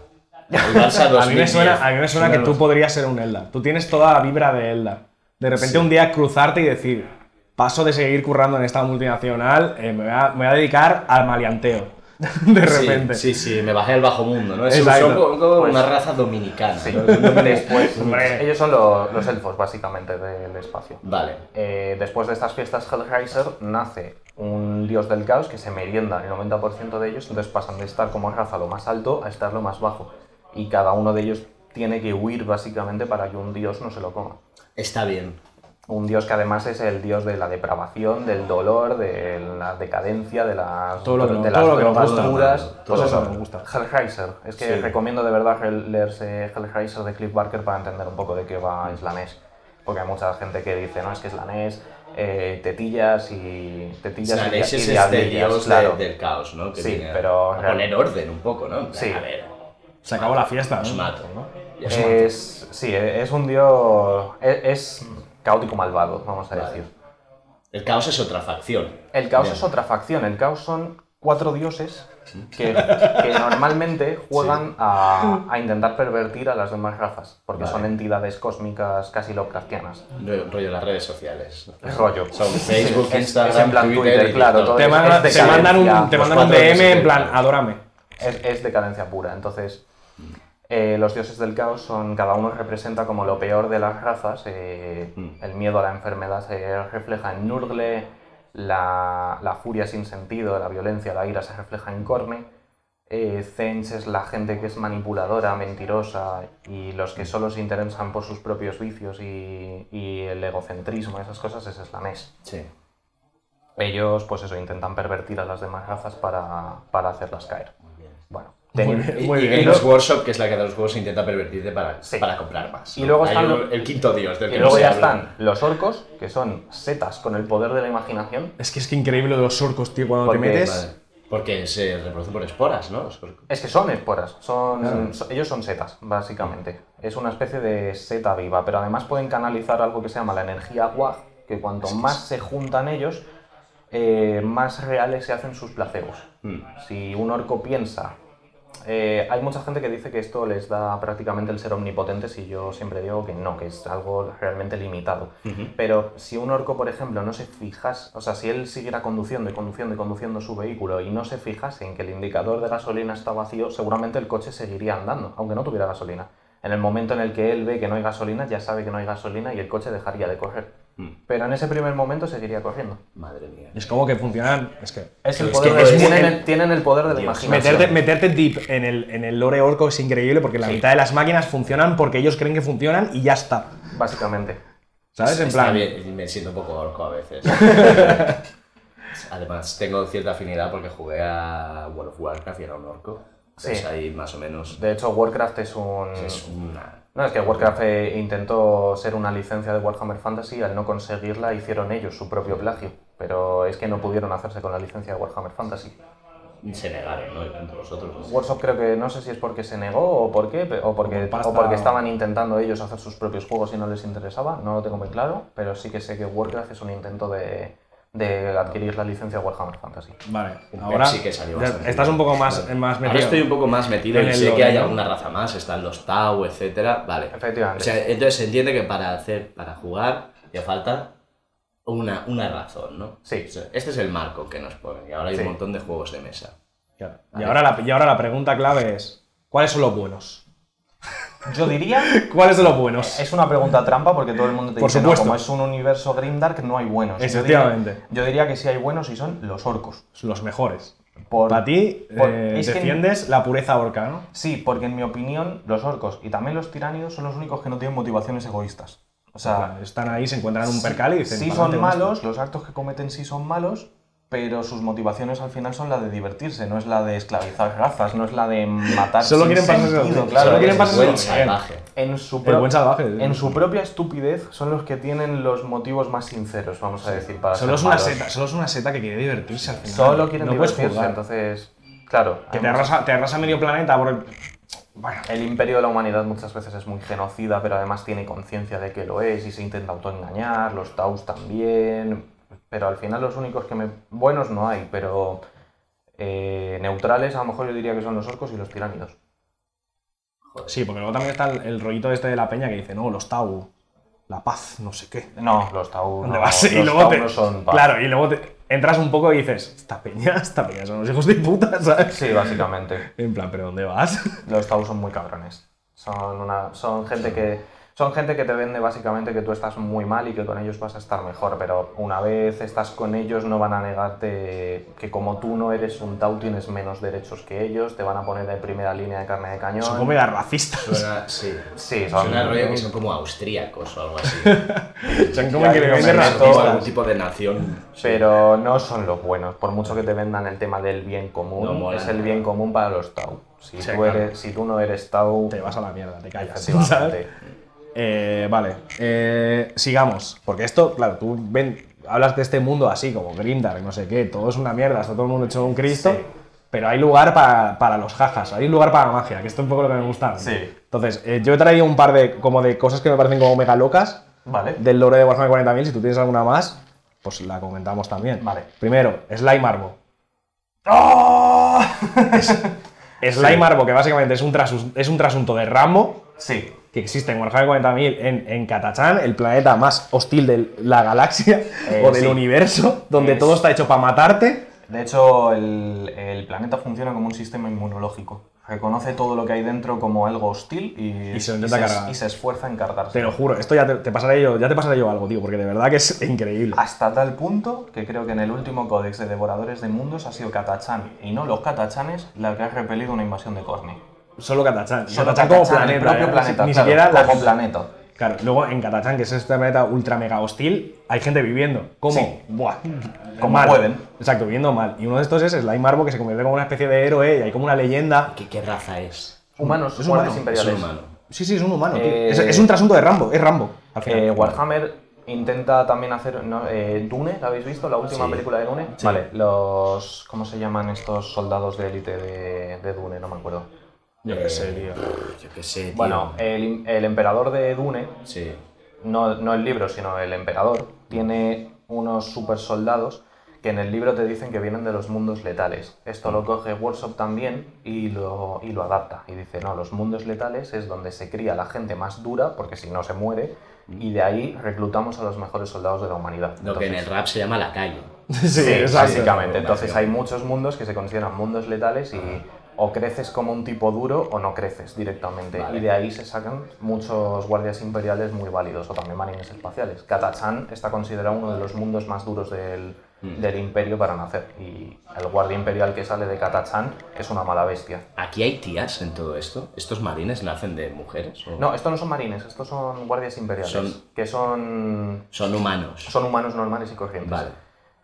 [SPEAKER 3] El Barça 2010.
[SPEAKER 1] A mí me suena, a mí me suena que tú
[SPEAKER 3] los-
[SPEAKER 1] podrías ser un Eldar. Tú tienes toda la vibra de Eldar. De repente un día cruzarte y decir, paso de seguir currando en esta multinacional, eh, me, voy a, me voy a dedicar al maleanteo. de
[SPEAKER 3] Sí,
[SPEAKER 1] repente.
[SPEAKER 3] Sí, sí, me bajé al bajo mundo, ¿no? Es un-
[SPEAKER 1] Exacto.
[SPEAKER 3] son como- como
[SPEAKER 4] Pues-
[SPEAKER 3] una raza dominicana.
[SPEAKER 4] Sí.
[SPEAKER 3] ¿no? Es un nombre-
[SPEAKER 4] Después,
[SPEAKER 1] hombre.
[SPEAKER 4] ellos son lo- los elfos, básicamente, del espacio.
[SPEAKER 3] Vale.
[SPEAKER 4] Eh, después de estas fiestas Hellraiser nace un dios del caos que se merienda el 90% de ellos, entonces pasan de estar como raza lo más alto a estar lo más bajo. Y cada uno de ellos tiene que huir básicamente para que un dios no se lo coma.
[SPEAKER 3] Está bien.
[SPEAKER 4] Un dios que además es el dios de la depravación, del dolor, de la decadencia, de las,
[SPEAKER 1] Todo lo que no-
[SPEAKER 4] de las
[SPEAKER 1] todo lo que nos
[SPEAKER 4] drogas
[SPEAKER 1] gusta,
[SPEAKER 4] duras.
[SPEAKER 3] claro,
[SPEAKER 1] todo
[SPEAKER 4] Pues
[SPEAKER 1] lo que
[SPEAKER 4] eso,
[SPEAKER 1] nos gusta.
[SPEAKER 4] Hellraiser. Es que
[SPEAKER 3] Sí.
[SPEAKER 4] recomiendo de verdad el- leerse Hellraiser de Cliff Barker para entender un poco de qué va Slanés. Porque hay mucha gente que dice, no, es que Slanés, eh, tetillas y... Tetillas y
[SPEAKER 3] Slanesh
[SPEAKER 4] dia- y
[SPEAKER 3] es este
[SPEAKER 4] diablillas",
[SPEAKER 3] dios de-
[SPEAKER 4] claro.
[SPEAKER 3] del caos, ¿no? Que
[SPEAKER 4] Sí,
[SPEAKER 3] viene a-
[SPEAKER 4] pero-
[SPEAKER 3] A poner orden un poco, ¿no? En plan,
[SPEAKER 4] Sí. Mm,
[SPEAKER 3] A ver,
[SPEAKER 1] Se acabó la fiesta,
[SPEAKER 3] os
[SPEAKER 1] ¿no?
[SPEAKER 3] mato, ¿no? Ya os mato.
[SPEAKER 4] Es, sí, es un dios... Es, es caótico malvado, vamos a
[SPEAKER 3] Vale.
[SPEAKER 4] decir.
[SPEAKER 3] El caos es otra facción.
[SPEAKER 4] El caos
[SPEAKER 3] Bien.
[SPEAKER 4] es otra facción. El caos son cuatro dioses que, que normalmente juegan a, a intentar pervertir a las demás razas, porque
[SPEAKER 3] Vale.
[SPEAKER 4] son entidades cósmicas casi Lovecraftianas.
[SPEAKER 3] Rollo, rollo las redes sociales.
[SPEAKER 4] Es rollo.
[SPEAKER 3] Son Facebook,
[SPEAKER 4] Es- es
[SPEAKER 3] Instagram,
[SPEAKER 4] en plan
[SPEAKER 3] Twitter,
[SPEAKER 4] Twitter,
[SPEAKER 3] y
[SPEAKER 4] claro,
[SPEAKER 3] TikTok.
[SPEAKER 4] todo
[SPEAKER 1] Te
[SPEAKER 4] es-
[SPEAKER 1] mandan,
[SPEAKER 4] es
[SPEAKER 1] te mandan
[SPEAKER 4] decadencia,
[SPEAKER 1] un, te
[SPEAKER 4] los
[SPEAKER 1] mandan un
[SPEAKER 3] cuatro que
[SPEAKER 1] DM
[SPEAKER 3] se
[SPEAKER 1] en plan,
[SPEAKER 3] quieren.
[SPEAKER 1] adórame.
[SPEAKER 4] Es, es decadencia pura. Entonces,
[SPEAKER 1] Mm.
[SPEAKER 4] eh, los dioses del caos son, cada uno representa como lo peor de las razas. eh,
[SPEAKER 3] Mm.
[SPEAKER 4] El miedo a la enfermedad se refleja en Nurgle, la, la furia sin sentido, la violencia, la ira se refleja en Corne. Eh, Zench es la gente que es manipuladora, mentirosa y los
[SPEAKER 1] Mm.
[SPEAKER 4] que solo se interesan por sus propios vicios y, y el egocentrismo, esas cosas, es Slanés.
[SPEAKER 3] Sí.
[SPEAKER 4] Ellos, pues eso, intentan pervertir a las demás razas para, para hacerlas caer. Bueno,
[SPEAKER 1] Muy
[SPEAKER 4] teni-
[SPEAKER 1] bien,
[SPEAKER 3] Y,
[SPEAKER 1] muy
[SPEAKER 3] y
[SPEAKER 1] bien.
[SPEAKER 3] Games Workshop, que es la que da los juegos, intenta pervertirte para,
[SPEAKER 4] Sí.
[SPEAKER 3] para comprar más.
[SPEAKER 4] Y
[SPEAKER 3] ¿no?
[SPEAKER 4] luego
[SPEAKER 3] Hay
[SPEAKER 4] están
[SPEAKER 3] un-
[SPEAKER 4] los-
[SPEAKER 3] el quinto dios del
[SPEAKER 4] Y
[SPEAKER 3] que
[SPEAKER 4] luego
[SPEAKER 3] no se
[SPEAKER 4] ya
[SPEAKER 3] habla.
[SPEAKER 4] están los orcos, que son setas con el poder de la imaginación.
[SPEAKER 1] Es que es que increíble lo de los surcos, tío, cuando te
[SPEAKER 4] Porque,
[SPEAKER 1] metes.
[SPEAKER 3] Vale. Porque se reproducen por esporas, ¿no? Los orcos.
[SPEAKER 4] Es que son esporas, son, so- ellos son setas, básicamente. Es una especie de seta viva, pero además pueden canalizar algo que se llama la energía guag, que cuanto más se juntan ellos, eh, más reales se hacen sus placebos.
[SPEAKER 3] Mm.
[SPEAKER 4] Si un orco piensa... eh, hay mucha gente que dice que esto les da prácticamente el ser omnipotentes y yo siempre digo que no, que es algo realmente limitado. Pero si un orco, por ejemplo, no se fijas, o sea, si él siguiera conduciendo y conduciendo y conduciendo su vehículo y no se fijase en que el indicador de gasolina está vacío, seguramente el coche seguiría andando, aunque no tuviera gasolina. En el momento en el que él ve que no hay gasolina, ya sabe que no hay gasolina y el coche dejaría de correr.
[SPEAKER 3] Mm.
[SPEAKER 4] Pero en ese primer momento seguiría corriendo.
[SPEAKER 3] Madre mía.
[SPEAKER 1] Es como que funcionan. Es que.
[SPEAKER 4] Es el
[SPEAKER 3] Es
[SPEAKER 4] poder
[SPEAKER 3] que
[SPEAKER 4] de-
[SPEAKER 3] es muy-
[SPEAKER 4] tienen, el, tienen el poder de la
[SPEAKER 3] Dios,
[SPEAKER 4] imaginación.
[SPEAKER 1] Meterte, meterte deep en el, en el lore orco es increíble porque la mitad de las máquinas funcionan porque ellos creen que funcionan y ya está.
[SPEAKER 4] Básicamente.
[SPEAKER 1] ¿Sabes? En
[SPEAKER 3] Está
[SPEAKER 1] plan.
[SPEAKER 3] bien, me siento un poco orco a veces. Además, tengo cierta afinidad porque jugué a World of Warcraft y era un orco. Entonces
[SPEAKER 4] Sí.
[SPEAKER 3] ahí más o menos
[SPEAKER 4] De hecho, Warcraft es un...
[SPEAKER 3] es una...
[SPEAKER 4] No, es que Warcraft eh, intentó ser una licencia de Warhammer Fantasy, al no conseguirla hicieron ellos su propio plagio, pero es que no pudieron hacerse con la licencia de Warhammer Fantasy.
[SPEAKER 3] Se negaron, ¿no? Y tanto los otros. ¿no?
[SPEAKER 4] Workshop creo que no sé si es porque se negó o por qué, pe- o porque,
[SPEAKER 1] Por pasta.
[SPEAKER 4] o porque estaban intentando ellos hacer sus propios juegos y no les interesaba, no lo tengo muy claro, pero sí que sé que Warcraft es un intento de, de adquirir la licencia de Warhammer Fantasy.
[SPEAKER 1] Vale,
[SPEAKER 3] Un
[SPEAKER 1] ahora.
[SPEAKER 3] Pepsi que salió
[SPEAKER 1] ya
[SPEAKER 3] bastante
[SPEAKER 1] estás
[SPEAKER 3] bien.
[SPEAKER 1] un poco más,
[SPEAKER 3] Vale.
[SPEAKER 1] más metido.
[SPEAKER 3] Ahora estoy un poco más metido
[SPEAKER 1] en
[SPEAKER 3] y
[SPEAKER 1] el
[SPEAKER 3] sé que
[SPEAKER 1] lore,
[SPEAKER 3] hay
[SPEAKER 1] ¿no?
[SPEAKER 3] alguna raza más, están los Tau, etcétera, vale. O
[SPEAKER 4] Efectivamente.
[SPEAKER 3] sea, entonces se entiende que para hacer, para jugar, ya falta una, una razón, ¿no?
[SPEAKER 4] Sí.
[SPEAKER 3] O sea, este es el marco que nos ponen y ahora hay
[SPEAKER 4] Sí.
[SPEAKER 3] un montón de juegos de mesa.
[SPEAKER 1] Claro. Y, ahora la, y ahora la pregunta clave es: ¿cuáles son los buenos?
[SPEAKER 4] Yo diría
[SPEAKER 1] ¿Cuáles son los buenos?
[SPEAKER 4] Es una pregunta trampa porque todo el mundo te
[SPEAKER 1] Por
[SPEAKER 4] dice,
[SPEAKER 1] supuesto.
[SPEAKER 4] no, como es un universo Grimdark, no hay buenos. Yo diría-
[SPEAKER 1] Efectivamente.
[SPEAKER 4] Yo diría que sí hay buenos y son los orcos.
[SPEAKER 1] Los mejores.
[SPEAKER 4] Por-
[SPEAKER 1] Para ti,
[SPEAKER 4] por-
[SPEAKER 1] eh,
[SPEAKER 4] es que-
[SPEAKER 1] defiendes la pureza orca, ¿no?
[SPEAKER 4] Sí, porque en mi opinión, los orcos y también los tiránidos son los únicos que no tienen motivaciones egoístas. O
[SPEAKER 1] En
[SPEAKER 4] sea,
[SPEAKER 1] plan, están ahí, se encuentran en un percal y dicen.
[SPEAKER 4] sí
[SPEAKER 1] "Pa'lante
[SPEAKER 4] son
[SPEAKER 1] con esto".
[SPEAKER 4] malos, los actos que cometen sí son malos, pero sus motivaciones al final son la de divertirse, no es la de esclavizar razas, no es la de matar
[SPEAKER 1] Solo
[SPEAKER 4] sin
[SPEAKER 1] quieren pasárselo
[SPEAKER 4] sentido,
[SPEAKER 1] bien.
[SPEAKER 4] claro.
[SPEAKER 1] Solo quieren
[SPEAKER 4] Es-
[SPEAKER 1] pasárselo
[SPEAKER 3] buen
[SPEAKER 1] bien.
[SPEAKER 3] salvaje.
[SPEAKER 4] En su,
[SPEAKER 1] El buen salvaje, eh. sí.
[SPEAKER 4] en su propia estupidez son los que tienen los motivos más sinceros, vamos a decir, para
[SPEAKER 1] Solo
[SPEAKER 4] ser
[SPEAKER 1] es, una
[SPEAKER 4] malos.
[SPEAKER 1] seta, solo es una seta que quiere divertirse al final.
[SPEAKER 4] Solo quieren
[SPEAKER 1] no puedes
[SPEAKER 4] divertirse,
[SPEAKER 1] jugar.
[SPEAKER 4] entonces, claro.
[SPEAKER 1] Que
[SPEAKER 4] hay
[SPEAKER 1] te
[SPEAKER 4] mucha-
[SPEAKER 1] arrasa, te arrasa medio planeta por. Bueno,
[SPEAKER 4] El imperio de la humanidad muchas veces es muy genocida, pero además tiene conciencia de que lo es y se intenta autoengañar, los Taus también, pero al final los únicos que me... buenos no hay, pero eh, neutrales a lo mejor yo diría que son los orcos y los tiránidos.
[SPEAKER 1] sí, porque luego también está el, el rollito este de la peña que dice, no, los Tau, la paz, no sé qué.
[SPEAKER 4] No, los Taus
[SPEAKER 1] ¿Dónde
[SPEAKER 4] no,
[SPEAKER 1] vas?
[SPEAKER 4] los
[SPEAKER 1] Y luego
[SPEAKER 4] Tau
[SPEAKER 1] te.
[SPEAKER 4] no son... pa-
[SPEAKER 1] claro, y luego te entras un poco y dices, esta peña, esta peña son los hijos de puta, ¿sabes?
[SPEAKER 4] Sí, básicamente.
[SPEAKER 1] En plan, ¿pero dónde vas?
[SPEAKER 4] Los Taus son muy cabrones. Son, una, son gente que Son gente que te vende básicamente que tú estás muy mal y que con ellos vas a estar mejor, pero una vez estás con ellos no van a negarte que como tú no eres un Tau tienes menos derechos que ellos, te van a poner en primera línea de carne de cañón.
[SPEAKER 1] Son comidas racistas.
[SPEAKER 3] Suena, sí.
[SPEAKER 4] Sí, son...
[SPEAKER 3] Suena rollo que son como austríacos o algo así.
[SPEAKER 1] Son como que
[SPEAKER 4] yo me
[SPEAKER 1] venden
[SPEAKER 4] meto-
[SPEAKER 3] Son como
[SPEAKER 1] racistas.
[SPEAKER 3] algún tipo de nación.
[SPEAKER 4] Pero no son los buenos, por mucho que te vendan el tema del bien común,
[SPEAKER 3] No mola
[SPEAKER 4] es el
[SPEAKER 3] nada.
[SPEAKER 4] bien común para los Tau. Si,
[SPEAKER 1] Sí,
[SPEAKER 4] tú,
[SPEAKER 1] claro.
[SPEAKER 4] eres, si tú no eres Tau,
[SPEAKER 1] Te vas a la mierda, te callas. ¿sabes?
[SPEAKER 4] efectivamente.
[SPEAKER 1] Eh, vale, eh, sigamos. Porque esto, claro, tú ven, hablas de este mundo así, como Grindr, no sé qué, todo es una mierda, está todo el mundo hecho un Cristo. Pero hay lugar para, para los jajas, hay lugar para la magia, que esto es un poco lo que me gusta. a mí.
[SPEAKER 4] Sí.
[SPEAKER 1] Entonces, eh, yo he traído un par de, como de cosas que me parecen como mega locas
[SPEAKER 4] Vale.
[SPEAKER 1] del lore de Warhammer 40.000. Si tú tienes alguna más, pues la comentamos también.
[SPEAKER 4] Vale.
[SPEAKER 1] Primero, Slime Arbo.
[SPEAKER 4] ¡Oh!
[SPEAKER 1] Slime Arbo, que básicamente es un, trasus- es un trasunto de Rambo,
[SPEAKER 4] sí.
[SPEAKER 1] que existe en Warhammer 40.000 en, en Katachan, el planeta más hostil de la galaxia
[SPEAKER 4] Eh,
[SPEAKER 1] o del
[SPEAKER 4] sí.
[SPEAKER 1] universo, donde
[SPEAKER 4] Es-
[SPEAKER 1] todo está hecho para matarte.
[SPEAKER 4] De hecho, el, el planeta funciona como un sistema inmunológico. Reconoce todo lo que hay dentro como algo hostil y,
[SPEAKER 1] Y se lo intenta cargar.
[SPEAKER 4] y se esfuerza en cargarse.
[SPEAKER 1] Te lo juro, esto ya te, te pasaré yo, ya te pasaré yo algo, tío, porque de verdad que es increíble.
[SPEAKER 4] Hasta tal punto que creo que en el último códex de Devoradores de Mundos ha sido Katachan y no los Katachanes la que ha repelido una invasión de Corny.
[SPEAKER 1] Solo Katachan.
[SPEAKER 4] Solo
[SPEAKER 1] Katachan como
[SPEAKER 4] Katachan,
[SPEAKER 1] planeta.
[SPEAKER 4] el propio
[SPEAKER 1] ¿eh?
[SPEAKER 4] planeta,
[SPEAKER 1] Ni
[SPEAKER 4] claro,
[SPEAKER 1] siquiera la-
[SPEAKER 4] como planeta.
[SPEAKER 1] Claro, luego en Katachan, que es este planeta ultra mega hostil, hay gente viviendo. ¿Cómo?
[SPEAKER 4] Sí.
[SPEAKER 1] Buah.
[SPEAKER 4] Como
[SPEAKER 1] mal.
[SPEAKER 4] pueden.
[SPEAKER 1] Exacto, viviendo mal. Y uno de estos es Slime Arbo, que se convierte como una especie de héroe y hay como una leyenda.
[SPEAKER 3] ¿Qué, qué raza es?
[SPEAKER 4] Humanos,
[SPEAKER 1] Es
[SPEAKER 4] guardias
[SPEAKER 1] humano,
[SPEAKER 3] Es
[SPEAKER 4] imperiales.
[SPEAKER 3] un humano.
[SPEAKER 1] Sí, sí, es un humano, tío.
[SPEAKER 4] Eh,
[SPEAKER 1] Es, es un trasunto de Rambo, es Rambo. Al final.
[SPEAKER 4] Eh, Warhammer intenta también hacer ¿no? Eh, Dune, ¿la habéis visto? La última
[SPEAKER 3] Sí.
[SPEAKER 4] película de Dune.
[SPEAKER 1] Sí.
[SPEAKER 4] Vale, los ¿cómo se llaman estos soldados de élite de, de Dune? No me acuerdo.
[SPEAKER 1] Yo qué sé, tío.
[SPEAKER 3] Eh, Yo qué sé, tío.
[SPEAKER 4] Bueno, eh. el, el emperador de Dune,
[SPEAKER 3] Sí.
[SPEAKER 4] no, no el libro, sino el emperador, tiene unos super soldados que en el libro te dicen que vienen de los mundos letales. Esto lo coge Workshop también y lo, y lo adapta. Y dice, no, los mundos letales es donde se cría la gente más dura, porque si no se muere, y de ahí reclutamos a los mejores soldados de la humanidad.
[SPEAKER 3] Lo que en el rap se llama la calle.
[SPEAKER 1] Sí,
[SPEAKER 4] Sí,
[SPEAKER 1] exacto.
[SPEAKER 4] básicamente. Entonces hay muchos mundos que se consideran mundos letales y o creces como un tipo duro o no creces directamente.
[SPEAKER 3] Vale.
[SPEAKER 4] Y de ahí se sacan muchos guardias imperiales muy válidos o también marines espaciales. Katachan está considerado uno de los mundos más duros del,
[SPEAKER 3] Mm.
[SPEAKER 4] del imperio para nacer. Y el guardia imperial que sale de Katachan es una mala bestia.
[SPEAKER 3] ¿Aquí hay tías en todo esto? ¿Estos marines nacen de mujeres? o-
[SPEAKER 4] No, estos no son marines, estos son guardias imperiales.
[SPEAKER 3] Son-
[SPEAKER 4] Que son,
[SPEAKER 3] Son humanos.
[SPEAKER 4] son humanos normales y corrientes.
[SPEAKER 3] Vale.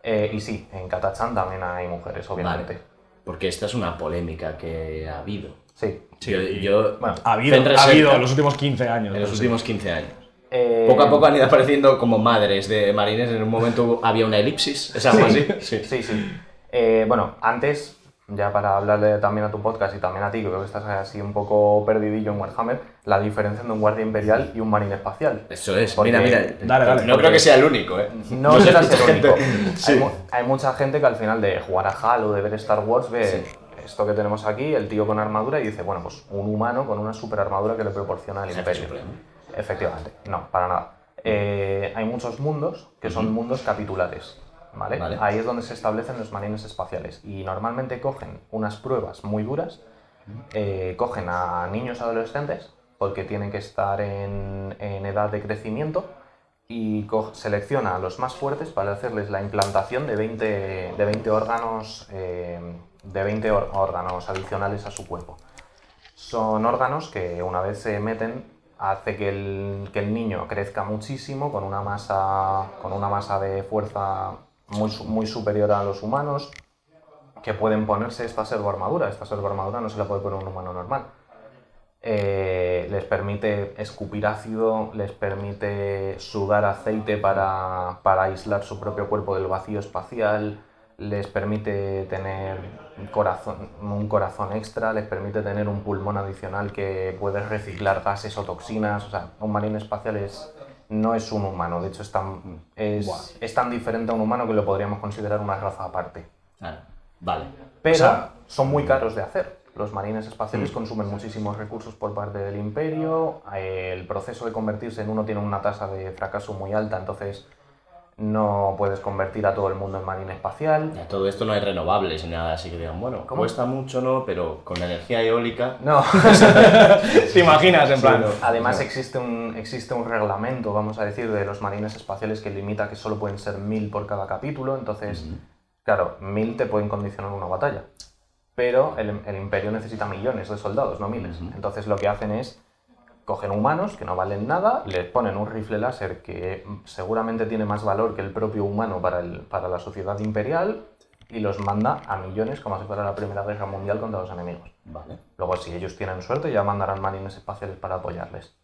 [SPEAKER 4] Eh, y sí, en Katachan también hay mujeres, obviamente.
[SPEAKER 3] Vale. Porque esta es una polémica que ha habido.
[SPEAKER 4] Sí.
[SPEAKER 3] yo, yo-
[SPEAKER 4] Bueno,
[SPEAKER 1] Ha habido,
[SPEAKER 3] Fenrir
[SPEAKER 1] ha habido
[SPEAKER 3] Serpa.
[SPEAKER 1] en los últimos 15 años.
[SPEAKER 3] en los últimos 15 años.
[SPEAKER 4] Eh,
[SPEAKER 3] Poco a poco han ido apareciendo como madres de marines. En un momento hubo- había una elipsis. ¿Es algo así? Sí.
[SPEAKER 4] Sí, sí. Eh, bueno, antes, ya para hablarle también a tu podcast y también a ti, que creo que estás así un poco perdidillo en Warhammer, la diferencia entre un guardia imperial y un marine espacial.
[SPEAKER 3] Eso es.
[SPEAKER 4] Porque-
[SPEAKER 3] Mira, mira.
[SPEAKER 1] Dale, dale.
[SPEAKER 3] no creo que sea el único, ¿eh?
[SPEAKER 4] No serás
[SPEAKER 3] mucha
[SPEAKER 4] el único. Hay
[SPEAKER 3] Sí.
[SPEAKER 4] mu- Hay, mucha gente que al final de jugar a Halo, de ver Star Wars, ve
[SPEAKER 3] Sí.
[SPEAKER 4] esto que tenemos aquí, el tío con armadura, y dice, bueno, pues un humano con una super armadura que le proporciona el
[SPEAKER 3] Jefe
[SPEAKER 4] imperio.
[SPEAKER 3] supremo.
[SPEAKER 4] Efectivamente, no, para nada. Eh, hay muchos mundos que son mundos capitulares. ¿vale?
[SPEAKER 3] Vale.
[SPEAKER 4] Ahí es donde se establecen los marines espaciales. Y normalmente cogen unas pruebas muy duras, eh, cogen a niños adolescentes, porque tienen que estar en, en edad de crecimiento, y co- selecciona a los más fuertes para hacerles la implantación de 20, de 20 órganos eh, de 20 or- órganos adicionales a su cuerpo. Son órganos que una vez se meten hace que el, que el niño crezca muchísimo con una masa, con una masa de fuerza muy, su- muy superior a los humanos, que pueden ponerse esta servoarmadura. Esta servoarmadura no se la puede poner un humano normal. Eh, les permite escupir ácido, les permite sudar aceite para, para aislar su propio cuerpo del vacío espacial, les permite tener un corazón, un corazón extra, les permite tener un pulmón adicional que puede reciclar gases o toxinas. O sea, un marine espacial es, no es un humano, de hecho es tan, es-
[SPEAKER 1] Buah.
[SPEAKER 4] es tan diferente a un humano que lo podríamos considerar una raza aparte.
[SPEAKER 3] Claro. Vale.
[SPEAKER 4] Pero
[SPEAKER 1] O sea, Mm.
[SPEAKER 4] son muy caros de hacer. Los marines espaciales consumen muchísimos recursos por parte del Eh, imperio. El proceso de convertirse en uno tiene una tasa de fracaso muy alta, entonces no puedes convertir a todo el mundo en marina espacial.
[SPEAKER 3] Ya, todo esto no hay renovables ni nada, así que digan, bueno,
[SPEAKER 4] ¿Cómo?
[SPEAKER 3] cuesta mucho, ¿no? Pero con la energía eólica.
[SPEAKER 4] No,
[SPEAKER 1] ¿Te imaginas, en plan?
[SPEAKER 4] además existe un, existe un reglamento, vamos a decir, de los marines espaciales que limita que solo pueden ser mil por cada capítulo, entonces, claro, mil te pueden condicionar una batalla. Pero el, el imperio necesita millones de soldados, no miles. Entonces lo que hacen es cogen humanos que no valen nada, les ponen un rifle láser que seguramente tiene más valor que el propio humano para, el- para la sociedad imperial y los manda a millones como si fuera la Primera Guerra Mundial contra los enemigos.
[SPEAKER 3] Vale.
[SPEAKER 4] Luego, si ellos tienen suerte, ya mandarán marines espaciales para apoyarles.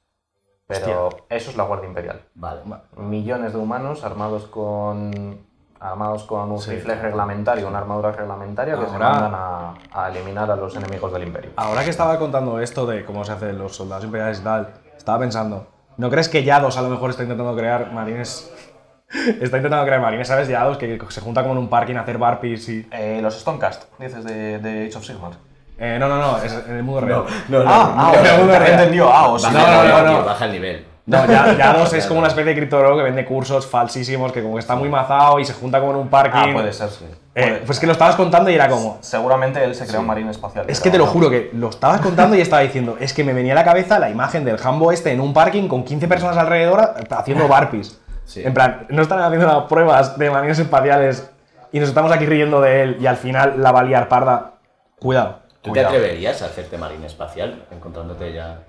[SPEAKER 4] Pero eso es la Guardia Imperial.
[SPEAKER 3] Vale.
[SPEAKER 4] Millones de humanos armados con armados con un rifle reglamentario, una armadura reglamentaria que se
[SPEAKER 1] Ahora-
[SPEAKER 4] mandan a, a eliminar a los enemigos del imperio.
[SPEAKER 1] Ahora que estaba contando esto de cómo se hacen los soldados imperiales y tal, estaba pensando, ¿no crees que Yados a lo mejor está intentando crear marines? está intentando crear marines, ¿sabes? Yados que se junta como en un parking a hacer barpees y...
[SPEAKER 4] Eh, los Stonecast, dices de, de Age of Sigmar.
[SPEAKER 1] Eh, no, no, no, es en el mundo real.
[SPEAKER 3] No, no,
[SPEAKER 4] Ah, ah,
[SPEAKER 1] no, no, no, no.
[SPEAKER 4] entendió, ah, o sea,
[SPEAKER 3] Baja,
[SPEAKER 1] No, no,
[SPEAKER 3] el nivel,
[SPEAKER 1] no,
[SPEAKER 3] tío,
[SPEAKER 1] no.
[SPEAKER 3] baja el nivel.
[SPEAKER 1] No, ya, Yados es como una especie de criptólogo que vende cursos falsísimos, que como que está muy mazado y se junta como en un parking.
[SPEAKER 4] Ah, puede ser, sí.
[SPEAKER 1] Eh,
[SPEAKER 4] Puede-
[SPEAKER 1] pues que lo estabas contando y era como...
[SPEAKER 4] Seguramente él se creó un marine espacial.
[SPEAKER 1] Es
[SPEAKER 4] pero
[SPEAKER 1] que te lo
[SPEAKER 4] no.
[SPEAKER 1] juro que lo estabas contando y estaba diciendo, es que me venía a la cabeza la imagen del Hambo este en un parking con 15 personas alrededor a- haciendo barpees.
[SPEAKER 3] Sí.
[SPEAKER 1] En plan, no están haciendo las pruebas de maneras espaciales y nos estamos aquí riendo de él y al final la va a liar parda. Cuidado.
[SPEAKER 3] ¿Tú
[SPEAKER 4] Cuidado.
[SPEAKER 3] te atreverías a hacerte marine espacial encontrándote ya?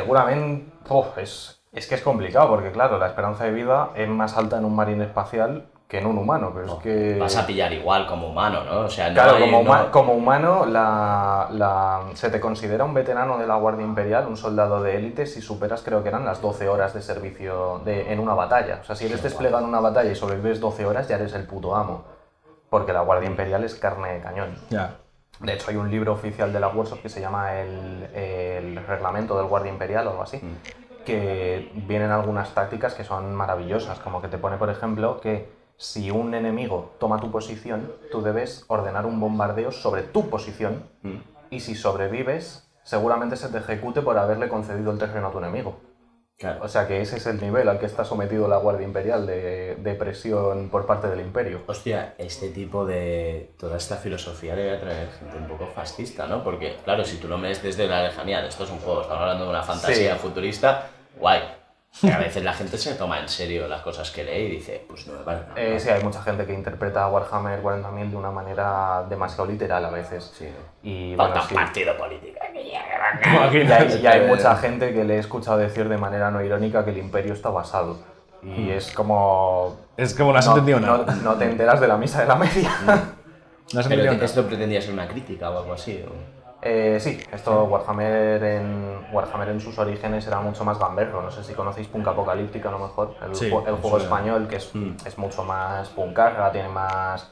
[SPEAKER 4] Seguramente, uf, es, es que es complicado porque, claro, la esperanza de vida es más alta en un marine espacial que en un humano, pero es que...
[SPEAKER 3] Vas a pillar igual como humano, ¿no? O sea, no
[SPEAKER 4] Claro,
[SPEAKER 3] hay-
[SPEAKER 4] como,
[SPEAKER 3] no-
[SPEAKER 4] huma- como humano la, la- se te considera un veterano de la Guardia Imperial, un soldado de élite, si superas creo que eran las 12 horas de servicio de- en una batalla. O sea, si eres desplegado en una batalla y sobrevives 12 horas, ya eres el puto amo. Porque la Guardia Imperial es carne de cañón.
[SPEAKER 1] Ya.
[SPEAKER 4] De hecho, hay un libro oficial de la Warsaw que se llama el, el Reglamento del Guardia Imperial o algo así, que vienen algunas tácticas que son maravillosas, como que te pone, por ejemplo, que si un enemigo toma tu posición, tú debes ordenar un bombardeo sobre tu posición y si sobrevives, seguramente se te ejecute por haberle concedido el terreno a tu enemigo.
[SPEAKER 3] Claro.
[SPEAKER 4] O sea que ese es el nivel al que está sometido la Guardia Imperial de, de presión por parte del Imperio.
[SPEAKER 3] Hostia, este tipo de. toda esta filosofía debe atraer gente un poco fascista, ¿no? Porque, claro, si tú lo ves desde la lejanía de esto es un juego, estamos hablando de una fantasía
[SPEAKER 4] Sí.
[SPEAKER 3] futurista, guay. Que a veces la gente se toma en serio las cosas que lee y dice, pues no me vale. nada.
[SPEAKER 4] Eh, sí, hay mucha gente que interpreta a Warhammer 40.000 de una manera demasiado literal a veces.
[SPEAKER 3] Sí, ¿no?
[SPEAKER 4] Y bueno,
[SPEAKER 3] Falta un
[SPEAKER 4] sí.
[SPEAKER 3] partido político. aquí,
[SPEAKER 1] ¿Te
[SPEAKER 4] Y
[SPEAKER 1] imaginas?
[SPEAKER 4] hay, y hay mucha gente que le he escuchado decir de manera no irónica que el imperio está basado. Y es como...
[SPEAKER 1] Es como no has
[SPEAKER 4] No,
[SPEAKER 1] entendido nada.
[SPEAKER 4] no, no te enteras de la misa de la media.
[SPEAKER 1] No has entendido
[SPEAKER 3] Pero
[SPEAKER 1] nada.
[SPEAKER 3] esto pretendía ser una crítica o algo así. o-
[SPEAKER 4] Eh, sí, esto Warhammer en, Warhammer en sus orígenes era mucho más gamberro. No sé si conocéis Punk Apocalíptica a lo mejor, el,
[SPEAKER 1] Sí,
[SPEAKER 4] ju- el
[SPEAKER 1] me
[SPEAKER 4] juego
[SPEAKER 1] suena.
[SPEAKER 4] español que es, es mucho más punkarra, tiene más...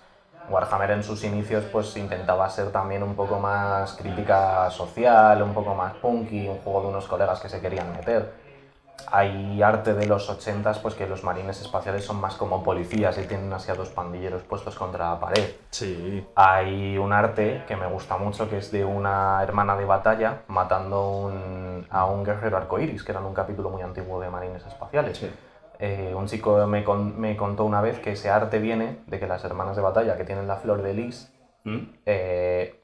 [SPEAKER 4] Warhammer en sus inicios pues intentaba ser también un poco más crítica social, un poco más punky, un juego de unos colegas que se querían meter. Hay arte de los 80s pues que los marines espaciales son más como policías y tienen así a dos pandilleros puestos contra la pared
[SPEAKER 1] Sí.
[SPEAKER 4] hay un arte que me gusta mucho que es de una hermana de batalla matando un- a un guerrero arcoíris, que era un capítulo muy antiguo de Marines Espaciales. Eh, un chico me, con- me contó una vez que ese arte viene de que las hermanas de batalla que tienen la flor de lis,
[SPEAKER 3] ¿Mm?
[SPEAKER 4] eh,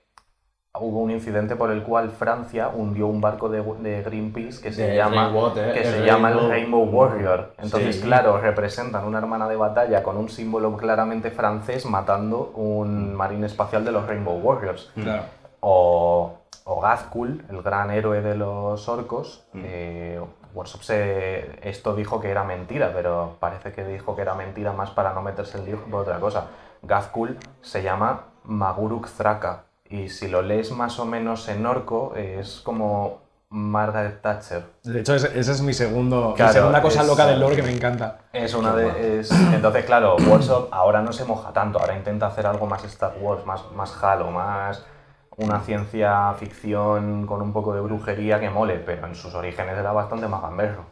[SPEAKER 4] hubo un incidente por el cual Francia hundió un barco de, de Greenpeace que se
[SPEAKER 3] Del
[SPEAKER 4] llama,
[SPEAKER 3] Rainwater,
[SPEAKER 4] que
[SPEAKER 3] el
[SPEAKER 4] se llama el
[SPEAKER 3] eh, Rainbow-
[SPEAKER 4] Rainbow Warrior. Entonces,
[SPEAKER 3] Sí.
[SPEAKER 4] claro, representan una hermana de batalla con un símbolo claramente francés matando un marine espacial de los Rainbow Warriors.
[SPEAKER 3] Mm.
[SPEAKER 1] Claro.
[SPEAKER 4] O, o Gazkul, el gran héroe de los orcos.
[SPEAKER 3] Mm.
[SPEAKER 4] eh, Warsop se- esto dijo que era mentira, pero parece que dijo que era mentira más para no meterse en lío que por otra cosa. Gazkul se llama Maguruk Thraka. Y si lo lees más o menos en orco, es como Margaret Thatcher.
[SPEAKER 1] De hecho, ese, ese es mi segundo.
[SPEAKER 4] Claro,
[SPEAKER 1] mi segunda cosa
[SPEAKER 4] es-
[SPEAKER 1] loca del lore que me encanta.
[SPEAKER 4] Es una de. es- entonces, claro, Workshop ahora no se moja tanto, ahora intenta hacer algo más Star Wars, más, más Halo, más una ciencia ficción con un poco de brujería que mole, pero en sus orígenes era bastante más gamberro.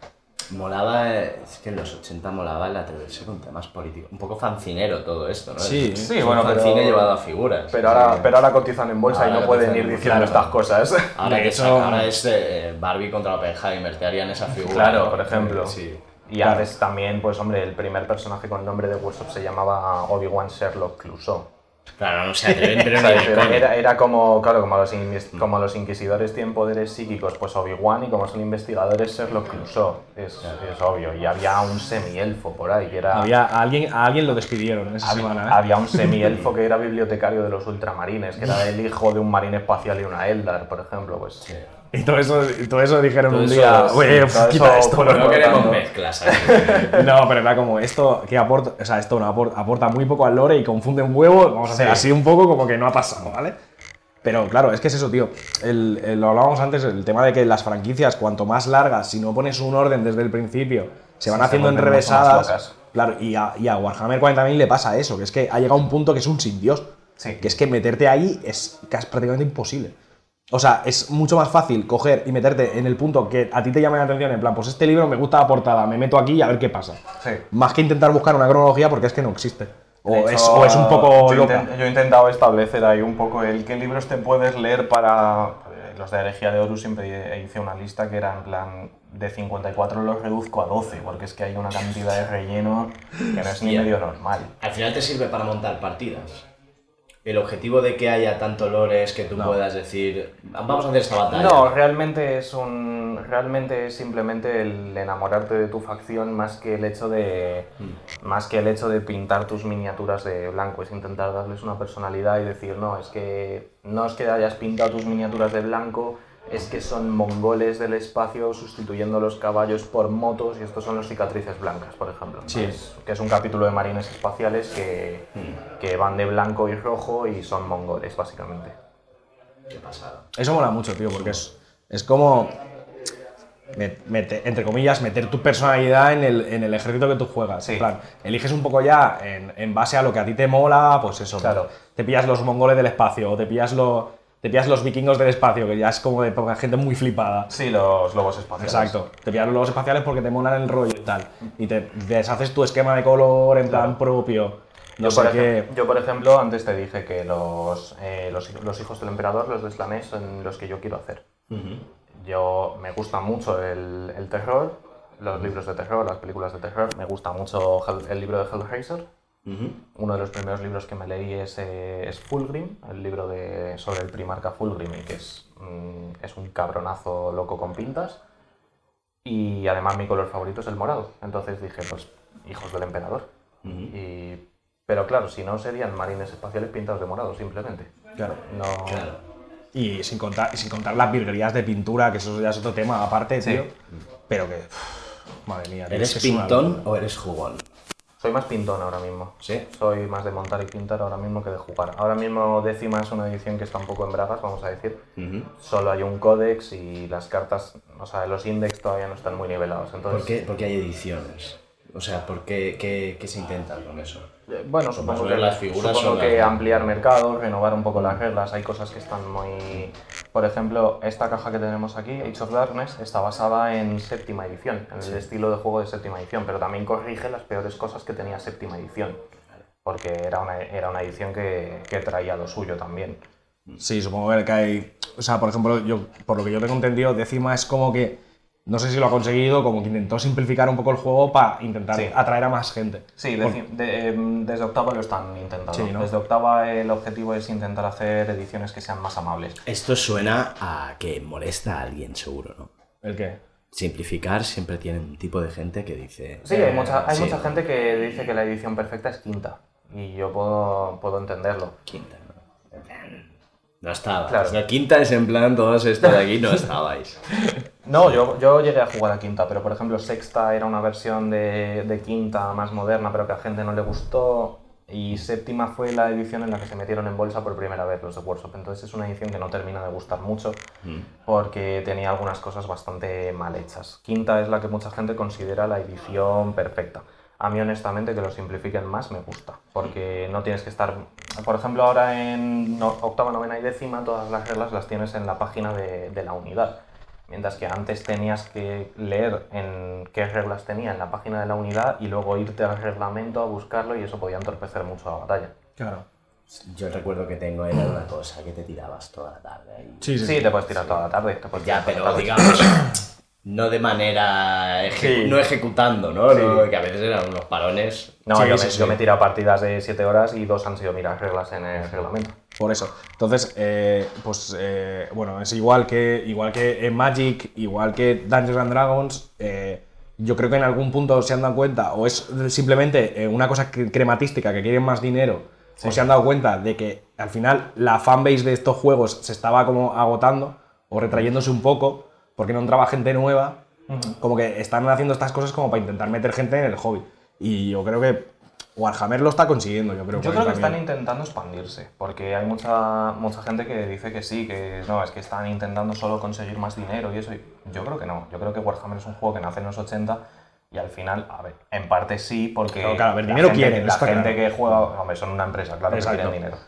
[SPEAKER 3] Molaba, eh, es que en los 80 molaba el atreverse con temas políticos. Un poco fancinero todo esto, ¿no?
[SPEAKER 1] Sí.
[SPEAKER 3] Es-
[SPEAKER 4] Sí,
[SPEAKER 3] es un
[SPEAKER 4] bueno, pero-
[SPEAKER 3] fancine llevado a figuras.
[SPEAKER 4] Pero
[SPEAKER 3] O sea
[SPEAKER 4] ahora,
[SPEAKER 3] que-
[SPEAKER 4] pero ahora cotizan en bolsa y
[SPEAKER 3] Ahora
[SPEAKER 4] no pueden
[SPEAKER 3] cotizan
[SPEAKER 4] ir
[SPEAKER 3] en bolsa,
[SPEAKER 4] diciendo
[SPEAKER 3] claro.
[SPEAKER 4] estas cosas.
[SPEAKER 3] Ahora, este,
[SPEAKER 1] De
[SPEAKER 3] que
[SPEAKER 1] hecho-
[SPEAKER 3] saca- ahora es eh, Barbie contra Oppenheimer, te harían esa figura.
[SPEAKER 4] Claro,
[SPEAKER 3] ¿no?
[SPEAKER 4] por ejemplo.
[SPEAKER 3] Sí.
[SPEAKER 4] Y
[SPEAKER 1] Claro.
[SPEAKER 4] antes también, pues hombre, el primer personaje con nombre de Workshop se llamaba Obi-Wan Sherlock Clouseau.
[SPEAKER 3] Claro, no se atreven, pero ni
[SPEAKER 4] ¿Sabes?
[SPEAKER 3] de
[SPEAKER 4] Era,
[SPEAKER 3] coña.
[SPEAKER 4] era- era como, claro, como los, inves- como los inquisidores tienen poderes psíquicos, pues Obi-Wan, y como son investigadores, Sherlock Clouseau. Es, es obvio. Y había un semielfo por ahí, que era...
[SPEAKER 1] Había a alguien, a alguien lo despidieron en esa semana. ¿eh?
[SPEAKER 4] Había un semielfo que era bibliotecario de los ultramarines, que era el hijo de un marine espacial y una Eldar, por ejemplo. Pues,
[SPEAKER 1] Y todo eso, y todo eso dijeron
[SPEAKER 3] Todo
[SPEAKER 1] un
[SPEAKER 3] eso,
[SPEAKER 1] día,
[SPEAKER 3] sí,
[SPEAKER 1] "Oye,
[SPEAKER 4] todo
[SPEAKER 1] quita
[SPEAKER 4] eso
[SPEAKER 1] esto,
[SPEAKER 4] fueron
[SPEAKER 1] ¿no?".
[SPEAKER 3] No queremos
[SPEAKER 4] Cortando.
[SPEAKER 3] mezclas. ¿sabes?
[SPEAKER 1] No, pero era como, esto que aporta, o sea, esto no apor- aporta muy poco al lore y confunde un huevo, vamos a hacer
[SPEAKER 4] Sí.
[SPEAKER 1] así un poco como que no ha pasado, ¿vale? Pero claro, es que es eso, tío. El- el- lo hablábamos antes, el tema de que las franquicias, cuanto más largas, si no pones un orden desde el principio, se van
[SPEAKER 4] Sí, se
[SPEAKER 1] haciendo
[SPEAKER 4] vuelven mucho más
[SPEAKER 1] enrevesadas.
[SPEAKER 4] locas.
[SPEAKER 1] Claro, y a, y a Warhammer 40.000 le pasa eso, que es que ha llegado un punto que es un sin Dios.
[SPEAKER 4] Sí.
[SPEAKER 1] Que es que meterte ahí es casi prácticamente imposible. O sea, es mucho más fácil coger y meterte en el punto que a ti te llame la atención, en plan, pues este libro me gusta la portada, me meto aquí y a ver qué pasa.
[SPEAKER 4] sí.
[SPEAKER 1] Más que intentar buscar una cronología porque es que no existe. O,
[SPEAKER 4] De
[SPEAKER 1] es,
[SPEAKER 4] hecho,
[SPEAKER 1] o es un poco
[SPEAKER 4] yo,
[SPEAKER 1] loca.
[SPEAKER 4] inten- yo he intentado establecer ahí un poco el qué libros te puedes leer para... eh, Los de herejía de Horus siempre hice una lista que era en plan de 54 los reduzco a 12, porque es que hay una cantidad de relleno que no es ni
[SPEAKER 3] Hostia.
[SPEAKER 4] medio normal.
[SPEAKER 3] Al final te sirve para montar partidas. El objetivo de que haya tanto lore es que tú puedas decir, vamos a hacer esta batalla.
[SPEAKER 4] No, realmente es un. Realmente es simplemente el enamorarte de tu facción más que el hecho de. Más que el hecho de pintar tus miniaturas de blanco. Es intentar darles una personalidad y decir, no, es que. No es que hayas pintado tus miniaturas de blanco. Es que son mongoles del espacio sustituyendo los caballos por motos y estos son los cicatrices blancas, por ejemplo.
[SPEAKER 1] Sí.
[SPEAKER 4] Es- que es un capítulo de marines espaciales que, que van de blanco y rojo y son mongoles, básicamente.
[SPEAKER 3] Qué pasada.
[SPEAKER 1] Eso mola mucho, tío, porque es, es como, met- mete- entre comillas, meter tu personalidad en el, en el ejército que tú juegas.
[SPEAKER 4] Sí.
[SPEAKER 1] En plan, eliges un poco ya en, en base a lo que a ti te mola, pues eso.
[SPEAKER 4] Claro.
[SPEAKER 1] Te pillas los mongoles del espacio, o te pillas, lo, te pillas los vikingos del espacio, que ya es como de poca gente muy flipada.
[SPEAKER 4] Sí, los lobos espaciales.
[SPEAKER 1] Exacto, te pillas los lobos espaciales porque te molan el rollo y tal. Y te deshaces tu esquema de color en plan propio. No
[SPEAKER 4] yo,
[SPEAKER 1] sé
[SPEAKER 4] por
[SPEAKER 1] qué.
[SPEAKER 4] ejem- yo, por ejemplo, antes te dije que los, eh, los, hij- los hijos del emperador, los de Slanés, son los que yo quiero hacer. Yo me gusta mucho el, el terror, los libros de terror, las películas de terror. Me gusta mucho Hell- el libro de Hellraiser. Uno de los primeros libros que me leí es, eh, es Fulgrim, el libro de, sobre el primarca Fulgrim, y que es, mm, es un cabronazo loco con pintas. Y además mi color favorito es el morado. Entonces dije, pues, hijos del emperador. Y- Pero claro, si no serían marines espaciales pintados de morado, simplemente.
[SPEAKER 1] Claro.
[SPEAKER 4] No...
[SPEAKER 3] Claro.
[SPEAKER 1] Y sin contar, y sin contar las virguerías de pintura, que eso ya es otro tema aparte, tío. Pero que. uff, madre mía. tío, es
[SPEAKER 3] ¿Eres
[SPEAKER 1] que es una
[SPEAKER 3] pintón
[SPEAKER 1] locura.
[SPEAKER 3] o eres jugón?
[SPEAKER 4] Soy más pintón ahora mismo.
[SPEAKER 3] ¿Sí?
[SPEAKER 4] Soy más de montar y pintar ahora mismo que de jugar. Ahora mismo décima es una edición que está un poco en bragas, vamos a decir. Solo hay un códex y las cartas, o sea, los index todavía no están muy nivelados. Entonces,
[SPEAKER 3] ¿Por qué, por qué hay ediciones? O sea, ¿por qué, qué- qué se intentan con eso?
[SPEAKER 4] Eh, Bueno,
[SPEAKER 3] Son más
[SPEAKER 4] supongo
[SPEAKER 3] o menos
[SPEAKER 4] que,
[SPEAKER 3] las figuras, son
[SPEAKER 4] supongo que
[SPEAKER 3] las-
[SPEAKER 4] ampliar mercado, renovar un poco las reglas, hay cosas que están muy... Por ejemplo, esta caja que tenemos aquí, Age of Darkness, está basada en séptima edición, en el estilo de juego de séptima edición, pero también corrige las peores cosas que tenía séptima edición, porque era una, era una edición que, que traía lo suyo también.
[SPEAKER 1] Sí, supongo que hay. O sea, por ejemplo, yo, por lo que yo tengo entendido, décima es como que. No sé si lo ha conseguido, como que intentó simplificar un poco el juego para intentar
[SPEAKER 4] Sí.
[SPEAKER 1] atraer a más gente.
[SPEAKER 4] Sí,
[SPEAKER 1] Por-
[SPEAKER 4] deci- de- em, desde octava lo están intentando.
[SPEAKER 1] Sí, ¿no?
[SPEAKER 4] Desde octava el objetivo es intentar hacer ediciones que sean más amables.
[SPEAKER 3] Esto suena a que molesta a alguien, seguro, ¿no?
[SPEAKER 1] ¿El qué?
[SPEAKER 3] Simplificar siempre tiene un tipo de gente que dice...
[SPEAKER 4] Sí, hay,
[SPEAKER 3] eh,
[SPEAKER 4] mucha, hay
[SPEAKER 3] sí,
[SPEAKER 4] mucha gente que dice que la edición perfecta es quinta. Y yo puedo, puedo entenderlo.
[SPEAKER 3] Quinta, ¿no? En plan, No estaba.
[SPEAKER 4] Claro.
[SPEAKER 3] La quinta es en plan, todos estos de aquí no estabais.
[SPEAKER 4] No, yo, yo llegué a jugar a quinta, pero por ejemplo, sexta era una versión de, de quinta más moderna, pero que a gente no le gustó. Y séptima fue la edición en la que se metieron en bolsa por primera vez los de Workshop. Entonces es una edición que no termina de gustar mucho porque tenía algunas cosas bastante mal hechas. Quinta es la que mucha gente considera la edición perfecta. A mí honestamente que lo simplifiquen más me gusta, porque no tienes que estar... Por ejemplo, ahora en no- octava, novena y décima todas las reglas las tienes en la página de, de la unidad. Mientras que antes tenías que leer en qué reglas tenía en la página de la unidad y luego irte al reglamento a buscarlo y eso podía entorpecer mucho la batalla.
[SPEAKER 1] Claro.
[SPEAKER 3] Yo recuerdo que tengo era una cosa que te tirabas toda la tarde ahí.
[SPEAKER 1] Sí, sí.
[SPEAKER 4] Sí, te puedes tirar toda la tarde. te puedes
[SPEAKER 3] Ya,
[SPEAKER 4] tirar toda la
[SPEAKER 3] pero
[SPEAKER 4] tarde.
[SPEAKER 3] digamos, no de manera ejecu-
[SPEAKER 4] Sí.
[SPEAKER 3] no ejecutando, ¿no?
[SPEAKER 1] Sí.
[SPEAKER 3] No, Que a veces eran unos parones.
[SPEAKER 4] No,
[SPEAKER 1] Sí,
[SPEAKER 4] yo, me,
[SPEAKER 1] sí, sí.
[SPEAKER 4] yo me he tirado partidas de 7 horas y dos han sido mirar reglas en el reglamento.
[SPEAKER 1] Por eso. Entonces, eh, pues eh, bueno, es igual que igual que en Magic, igual que Dungeons and Dragons. eh, yo creo que en algún punto se han dado cuenta, o es simplemente eh, una cosa cre- crematística que quieren más dinero, o se han dado cuenta de que al final la fanbase de estos juegos se estaba como agotando o retrayéndose un poco porque no entraba gente nueva. Como que están haciendo estas cosas como para intentar meter gente en el hobby. Y yo creo que Warhammer lo está consiguiendo, yo creo.
[SPEAKER 4] Yo
[SPEAKER 1] por
[SPEAKER 4] creo
[SPEAKER 1] ahí
[SPEAKER 4] que
[SPEAKER 1] también.
[SPEAKER 4] están intentando expandirse, porque hay mucha, mucha gente que dice que sí, que no, es que están intentando solo conseguir más dinero y eso. y yo creo que no. Yo creo que Warhammer es un juego que nace en los 80 y al final, a ver, en parte sí, porque
[SPEAKER 1] Claro, claro, a ver,
[SPEAKER 4] la
[SPEAKER 1] dinero
[SPEAKER 4] gente,
[SPEAKER 1] quieren,
[SPEAKER 4] la
[SPEAKER 1] está
[SPEAKER 4] gente
[SPEAKER 1] claro.
[SPEAKER 4] que juega, hombre, son una empresa, claro
[SPEAKER 1] Exacto.
[SPEAKER 4] que quieren dinero.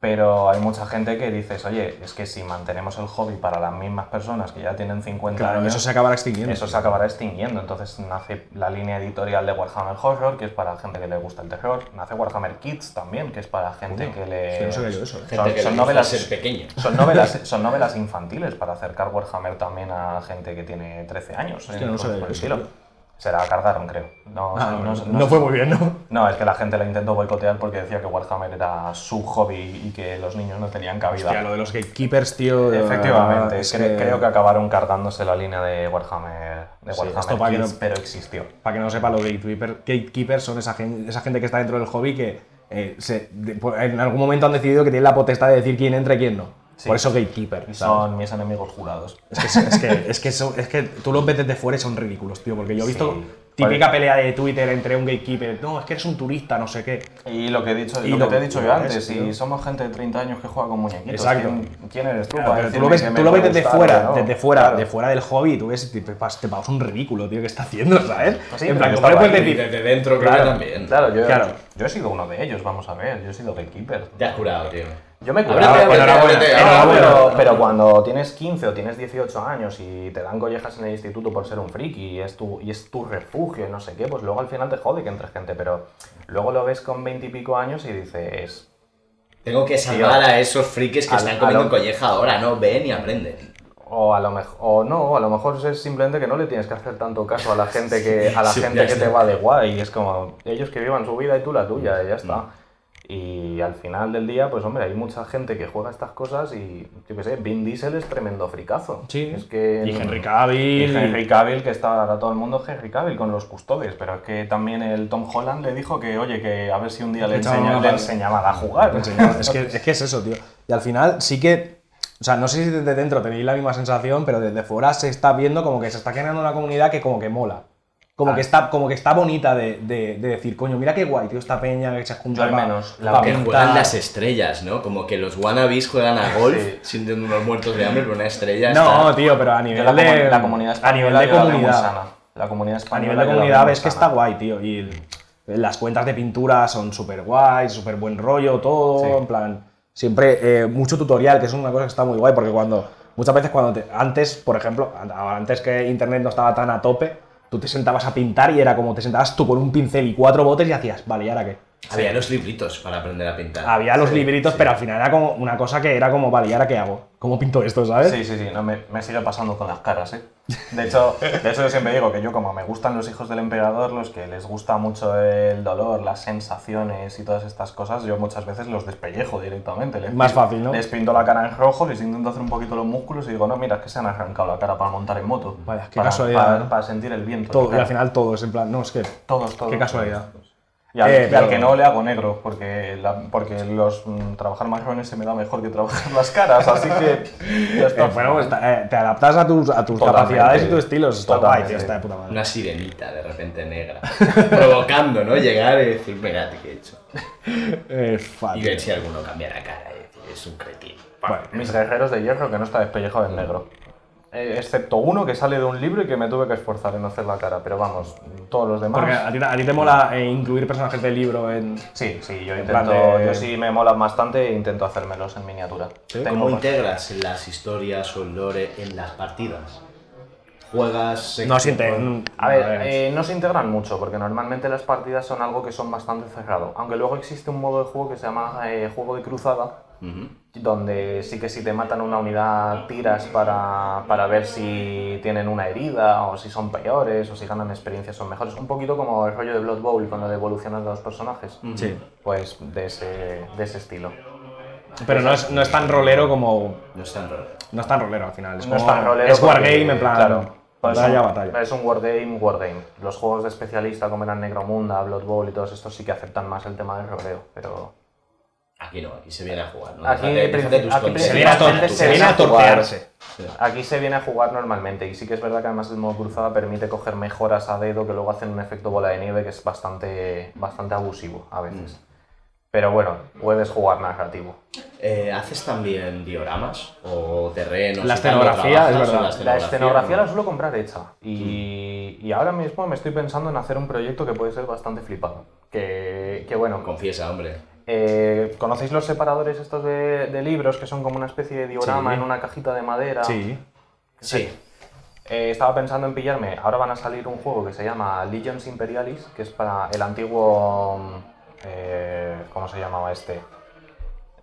[SPEAKER 4] Pero hay mucha gente que dices, oye, es que si mantenemos el hobby para las mismas personas que ya tienen 50
[SPEAKER 1] Claro,
[SPEAKER 4] años,
[SPEAKER 1] eso se acabará extinguiendo.
[SPEAKER 4] ¿eh? eso se acabará extinguiendo. Entonces nace la línea editorial de Warhammer Horror, que es para gente que le gusta el terror. Nace Warhammer Kids también, que es para gente
[SPEAKER 1] Coño,
[SPEAKER 4] que le.
[SPEAKER 1] es que no sabía yo eso, ¿eh?
[SPEAKER 3] Gente
[SPEAKER 4] Son-
[SPEAKER 3] que
[SPEAKER 4] son
[SPEAKER 3] le gusta
[SPEAKER 4] novelas-
[SPEAKER 3] ser pequeño.
[SPEAKER 4] Son novelas, son novelas infantiles para acercar Warhammer también a gente que tiene 13 años.
[SPEAKER 1] Hostia, no
[SPEAKER 4] eh, cosas
[SPEAKER 1] sabía
[SPEAKER 4] por
[SPEAKER 1] yo
[SPEAKER 4] el
[SPEAKER 1] eso,
[SPEAKER 4] estilo.
[SPEAKER 1] tío.
[SPEAKER 4] Se la cargaron, creo. No,
[SPEAKER 1] Ah, no,
[SPEAKER 4] no- no-
[SPEAKER 1] no
[SPEAKER 4] no-
[SPEAKER 1] fue muy bien, ¿no?
[SPEAKER 4] No, es que la gente la intentó boicotear porque decía que Warhammer era su hobby y que los niños no tenían cabida.
[SPEAKER 1] Hostia, lo de los gatekeepers, tío. de verdad,
[SPEAKER 4] Efectivamente,
[SPEAKER 1] Eh, es
[SPEAKER 4] cre-
[SPEAKER 1] que-
[SPEAKER 4] creo que acabaron cargándose la línea de Warhammer, de
[SPEAKER 1] Sí,
[SPEAKER 4] Warhammer
[SPEAKER 1] esto para que
[SPEAKER 4] Kids,
[SPEAKER 1] no-
[SPEAKER 4] pero existió.
[SPEAKER 1] Para que no lo sepa, los gatekeeper- gatekeepers son esa gente, esa gente que está dentro del hobby que eh, se- de- por- en algún momento han decidido que tienen la potestad de decir quién entra y quién no.
[SPEAKER 4] Sí.
[SPEAKER 1] Por eso gatekeeper.
[SPEAKER 4] Y
[SPEAKER 1] ¿sabes?
[SPEAKER 4] son mis enemigos jurados.
[SPEAKER 1] Es, que, es, que, es, que son- es que tú los ves desde fuera y son ridículos, tío. Porque yo he visto
[SPEAKER 4] Sí.
[SPEAKER 1] típica pelea de Twitter entre un gatekeeper. No, es que eres un turista, no sé qué.
[SPEAKER 4] Y lo que he dicho,
[SPEAKER 1] Y
[SPEAKER 4] lo,
[SPEAKER 1] lo-
[SPEAKER 4] que te he dicho yo
[SPEAKER 1] lo
[SPEAKER 4] antes,
[SPEAKER 1] ves,
[SPEAKER 4] si
[SPEAKER 1] tío.
[SPEAKER 4] somos gente de 30 años que juega con muñequitos,
[SPEAKER 1] Exacto.
[SPEAKER 4] ¿quién, quién eres tú?
[SPEAKER 1] Claro, pero
[SPEAKER 4] para
[SPEAKER 1] tú
[SPEAKER 4] decirme
[SPEAKER 1] lo ves,
[SPEAKER 4] que me
[SPEAKER 1] tú lo ves
[SPEAKER 4] puede
[SPEAKER 1] desde
[SPEAKER 4] gustar o
[SPEAKER 1] fuera,
[SPEAKER 4] no?
[SPEAKER 1] desde fuera,
[SPEAKER 4] Claro.
[SPEAKER 1] de fuera del hobby, y tú ves y te, pas- te pagas un ridículo, tío, que está haciendo, ¿sabes?
[SPEAKER 4] Pues sí,
[SPEAKER 1] en plan,
[SPEAKER 4] pero yo
[SPEAKER 1] ¿cómo le
[SPEAKER 4] estaba
[SPEAKER 1] puedes
[SPEAKER 4] ahí,
[SPEAKER 1] decir?
[SPEAKER 3] Desde dentro, creo que también.
[SPEAKER 4] Claro, yo,
[SPEAKER 1] Claro.
[SPEAKER 4] yo he sido uno de ellos, vamos a ver, yo he sido gatekeeper.
[SPEAKER 3] Te has curado, tío.
[SPEAKER 4] Yo me he
[SPEAKER 3] Ábrete,
[SPEAKER 4] curado,
[SPEAKER 3] ábrete,
[SPEAKER 4] pero-
[SPEAKER 1] enhorabuena,
[SPEAKER 3] ábrete,
[SPEAKER 1] enhorabuena.
[SPEAKER 3] ábrete.
[SPEAKER 4] pero, pero cuando tienes 15 o tienes 18 años y te dan collejas en el instituto por ser un friki y es tu, y es tu refugio y no sé qué, pues luego al final te jode que entre gente, pero luego lo ves con 20 y pico años y dices,
[SPEAKER 3] Tengo que salvar a esos frikis que
[SPEAKER 4] A-
[SPEAKER 3] están
[SPEAKER 4] a
[SPEAKER 3] comiendo
[SPEAKER 4] lo-
[SPEAKER 3] en colleja ahora, ¿no? Ven y aprenden.
[SPEAKER 4] O a lo mejor, o no, a lo mejor es simplemente que no le tienes que hacer tanto caso a la gente que, a la
[SPEAKER 3] Sí,
[SPEAKER 4] gente
[SPEAKER 3] ya
[SPEAKER 4] que
[SPEAKER 3] está.
[SPEAKER 4] te va de guay. Es como, ellos que vivan su vida y tú la tuya, y ya está. Y al final del día, pues hombre, hay mucha gente que juega estas cosas y, yo qué sé, Vin Diesel es tremendo fricazo.
[SPEAKER 1] Sí. ¿eh?
[SPEAKER 4] Es que,
[SPEAKER 1] Y Henry
[SPEAKER 4] Y
[SPEAKER 1] Cavill.
[SPEAKER 4] Henry Cavill, que está ahora todo el mundo Henry Cavill con los custodes, pero es que también el Tom Holland le dijo que, oye, que a ver si un día le,
[SPEAKER 1] Le echaba
[SPEAKER 4] enseña-
[SPEAKER 1] una
[SPEAKER 4] le
[SPEAKER 1] mano.
[SPEAKER 4] enseñaban a jugar.
[SPEAKER 1] Enseñar. Pues es, que, es que es eso, tío. Y al final sí que. O sea, no sé si desde dentro tenéis la misma sensación, pero desde fuera se está viendo como que se está generando una comunidad que como que mola.
[SPEAKER 4] Ah.
[SPEAKER 1] Como, que, está, como que está bonita de, de- de decir, coño, mira qué guay, tío, esta peña que se junta.
[SPEAKER 4] Yo al
[SPEAKER 1] pa-
[SPEAKER 4] menos,
[SPEAKER 1] pa
[SPEAKER 4] la
[SPEAKER 3] Que
[SPEAKER 1] pintar".
[SPEAKER 3] juegan las estrellas, ¿no? Como que los wannabes juegan a golf siendo unos muertos de hambre, pero una estrella
[SPEAKER 1] No,
[SPEAKER 3] está-
[SPEAKER 1] tío, pero a
[SPEAKER 4] Yo
[SPEAKER 1] nivel
[SPEAKER 4] la, comu-
[SPEAKER 1] de.
[SPEAKER 4] la comunidad
[SPEAKER 1] a
[SPEAKER 4] española
[SPEAKER 1] nivel de
[SPEAKER 4] yo la veo muy
[SPEAKER 1] comunidad.
[SPEAKER 4] sana. La comunidad
[SPEAKER 1] A
[SPEAKER 4] española
[SPEAKER 1] nivel de
[SPEAKER 4] yo la veo
[SPEAKER 1] comunidad
[SPEAKER 4] muy
[SPEAKER 1] ves que
[SPEAKER 4] sana.
[SPEAKER 1] está guay, tío. Y el- las cuentas de pintura son súper guay, súper buen rollo, todo.
[SPEAKER 4] Sí.
[SPEAKER 1] En plan, siempre eh, mucho tutorial, que es una cosa que está muy guay, porque cuando. Muchas veces cuando te- antes, por ejemplo, an- antes que internet no estaba tan a tope, tú te sentabas a pintar y era como te sentabas tú con un pincel y cuatro botes y hacías, vale, ¿y ahora qué?
[SPEAKER 3] Había los libritos para aprender a pintar.
[SPEAKER 1] Había los
[SPEAKER 4] Sí,
[SPEAKER 1] libritos, pero al final era como una cosa que era como, vale, ¿y ahora qué hago? ¿Cómo pinto esto, sabes?
[SPEAKER 4] Sí, sí, sí, no, me, me sigue pasando con las caras, ¿eh? De hecho, de hecho, yo siempre digo que yo, como me gustan los hijos del emperador, los que les gusta mucho el dolor, las sensaciones y todas estas cosas, yo muchas veces los despellejo directamente. Les
[SPEAKER 1] Más
[SPEAKER 4] pin-
[SPEAKER 1] fácil, ¿no?
[SPEAKER 4] Les pinto la cara en rojo, les intento hacer un poquito los músculos y digo, no, mira, es que se han arrancado la cara para montar en moto.
[SPEAKER 1] Vaya, qué
[SPEAKER 4] para,
[SPEAKER 1] casualidad,
[SPEAKER 4] para-
[SPEAKER 1] ¿no?
[SPEAKER 4] para sentir el viento.
[SPEAKER 1] Todo, y
[SPEAKER 4] Claro.
[SPEAKER 1] al final todo es en plan, no, es que.
[SPEAKER 4] Todos, todos.
[SPEAKER 1] Qué casualidad.
[SPEAKER 4] Y al,
[SPEAKER 1] Eh,
[SPEAKER 4] y al
[SPEAKER 1] pero-
[SPEAKER 4] que no le hago negro, porque, la- porque los mm, trabajar marrones se me da mejor que trabajar las caras, así que ya está.
[SPEAKER 1] Eh, bueno, está- eh, te adaptas a tus, a tus
[SPEAKER 4] Totalmente.
[SPEAKER 1] capacidades y tus estilos. Está guay,
[SPEAKER 4] Totalmente.
[SPEAKER 1] tío, está de puta madre.
[SPEAKER 3] Una sirenita de repente negra. provocando, ¿no? Llegar y decir, mira, ¿qué he hecho?
[SPEAKER 1] Eh,
[SPEAKER 3] Y
[SPEAKER 1] fácil.
[SPEAKER 3] ver si alguno cambia la cara y decir, es un cretino. Pa.
[SPEAKER 1] Bueno,
[SPEAKER 4] Mis guerreros de hierro que no está despellejado en negro. Eh, excepto uno que sale de un libro y que me tuve que esforzar en hacer la cara, pero vamos, todos los demás.
[SPEAKER 1] porque a ti, a ti te mola eh, incluir personajes del libro en.
[SPEAKER 4] Sí, sí, yo
[SPEAKER 1] En
[SPEAKER 4] intento.
[SPEAKER 1] plan de-
[SPEAKER 4] Yo sí me molan bastante e intento hacérmelos en miniatura.
[SPEAKER 1] Sí,
[SPEAKER 4] Tengo
[SPEAKER 3] ¿Cómo
[SPEAKER 4] pues-
[SPEAKER 3] integras las historias o el lore en las partidas? este
[SPEAKER 2] juegas.
[SPEAKER 1] No mm, sienten.
[SPEAKER 4] A ver, eh, no se integran mucho porque normalmente las partidas son algo que son bastante cerrado. Aunque luego existe un modo de juego que se llama eh, juego de cruzada,
[SPEAKER 3] Ujú.
[SPEAKER 4] donde sí que si te matan una unidad tiras para, para ver si tienen una herida o si son peores o si ganan experiencias son mejores. Un poquito como el rollo de Blood Bowl con lo de evolucionar de los personajes.
[SPEAKER 1] Sí.
[SPEAKER 4] Pues de ese, de ese estilo.
[SPEAKER 1] Pero no es, no es tan rolero como.
[SPEAKER 3] No es tan raro.
[SPEAKER 1] No es tan rolero al final. Es,
[SPEAKER 4] No es
[SPEAKER 1] como-
[SPEAKER 4] tan rolero
[SPEAKER 1] es
[SPEAKER 4] porque,
[SPEAKER 1] wargame en plan.
[SPEAKER 4] claro, pues
[SPEAKER 1] batalla
[SPEAKER 4] un-
[SPEAKER 1] batalla.
[SPEAKER 4] Es un wargame, wargame. Los juegos de especialista como eran Necromunda, Blood Bowl y todos estos sí que aceptan más el tema del roleo, pero...
[SPEAKER 3] Aquí no, aquí se viene a jugar. ¿no?
[SPEAKER 4] Aquí
[SPEAKER 3] Déjate- déjate
[SPEAKER 4] princip-
[SPEAKER 3] tus
[SPEAKER 4] aquí
[SPEAKER 1] Se
[SPEAKER 3] tonterías.
[SPEAKER 1] viene a, tor-
[SPEAKER 4] Realmente
[SPEAKER 1] se
[SPEAKER 4] se
[SPEAKER 1] viene
[SPEAKER 4] deja
[SPEAKER 1] a tortearse.
[SPEAKER 4] Aquí se viene a jugar normalmente y sí que es verdad que además el modo cruzada permite coger mejoras a dedo que luego hacen un efecto bola de nieve que es bastante, bastante abusivo a veces. Pero bueno, puedes jugar narrativo.
[SPEAKER 3] Eh, ¿Haces también dioramas o terrenos?
[SPEAKER 1] La
[SPEAKER 3] y tal? ¿Lo
[SPEAKER 1] escenografía,
[SPEAKER 3] trabajas
[SPEAKER 1] es verdad.
[SPEAKER 3] o
[SPEAKER 4] La escenografía
[SPEAKER 3] no?
[SPEAKER 4] la suelo comprar hecha y, y ahora mismo me estoy pensando en hacer un proyecto que puede ser bastante flipado. Que, que bueno,
[SPEAKER 3] Confiesa, hombre.
[SPEAKER 4] eh, ¿conocéis los separadores estos de, de libros que son como una especie de diorama
[SPEAKER 3] Sí.
[SPEAKER 4] en una cajita de madera?
[SPEAKER 1] Sí.
[SPEAKER 3] Sí.
[SPEAKER 4] Eh, estaba pensando en pillarme. Ahora van a salir un juego que se llama Legions Imperialis, que es para el antiguo. mm, eh, ¿Cómo se llamaba este?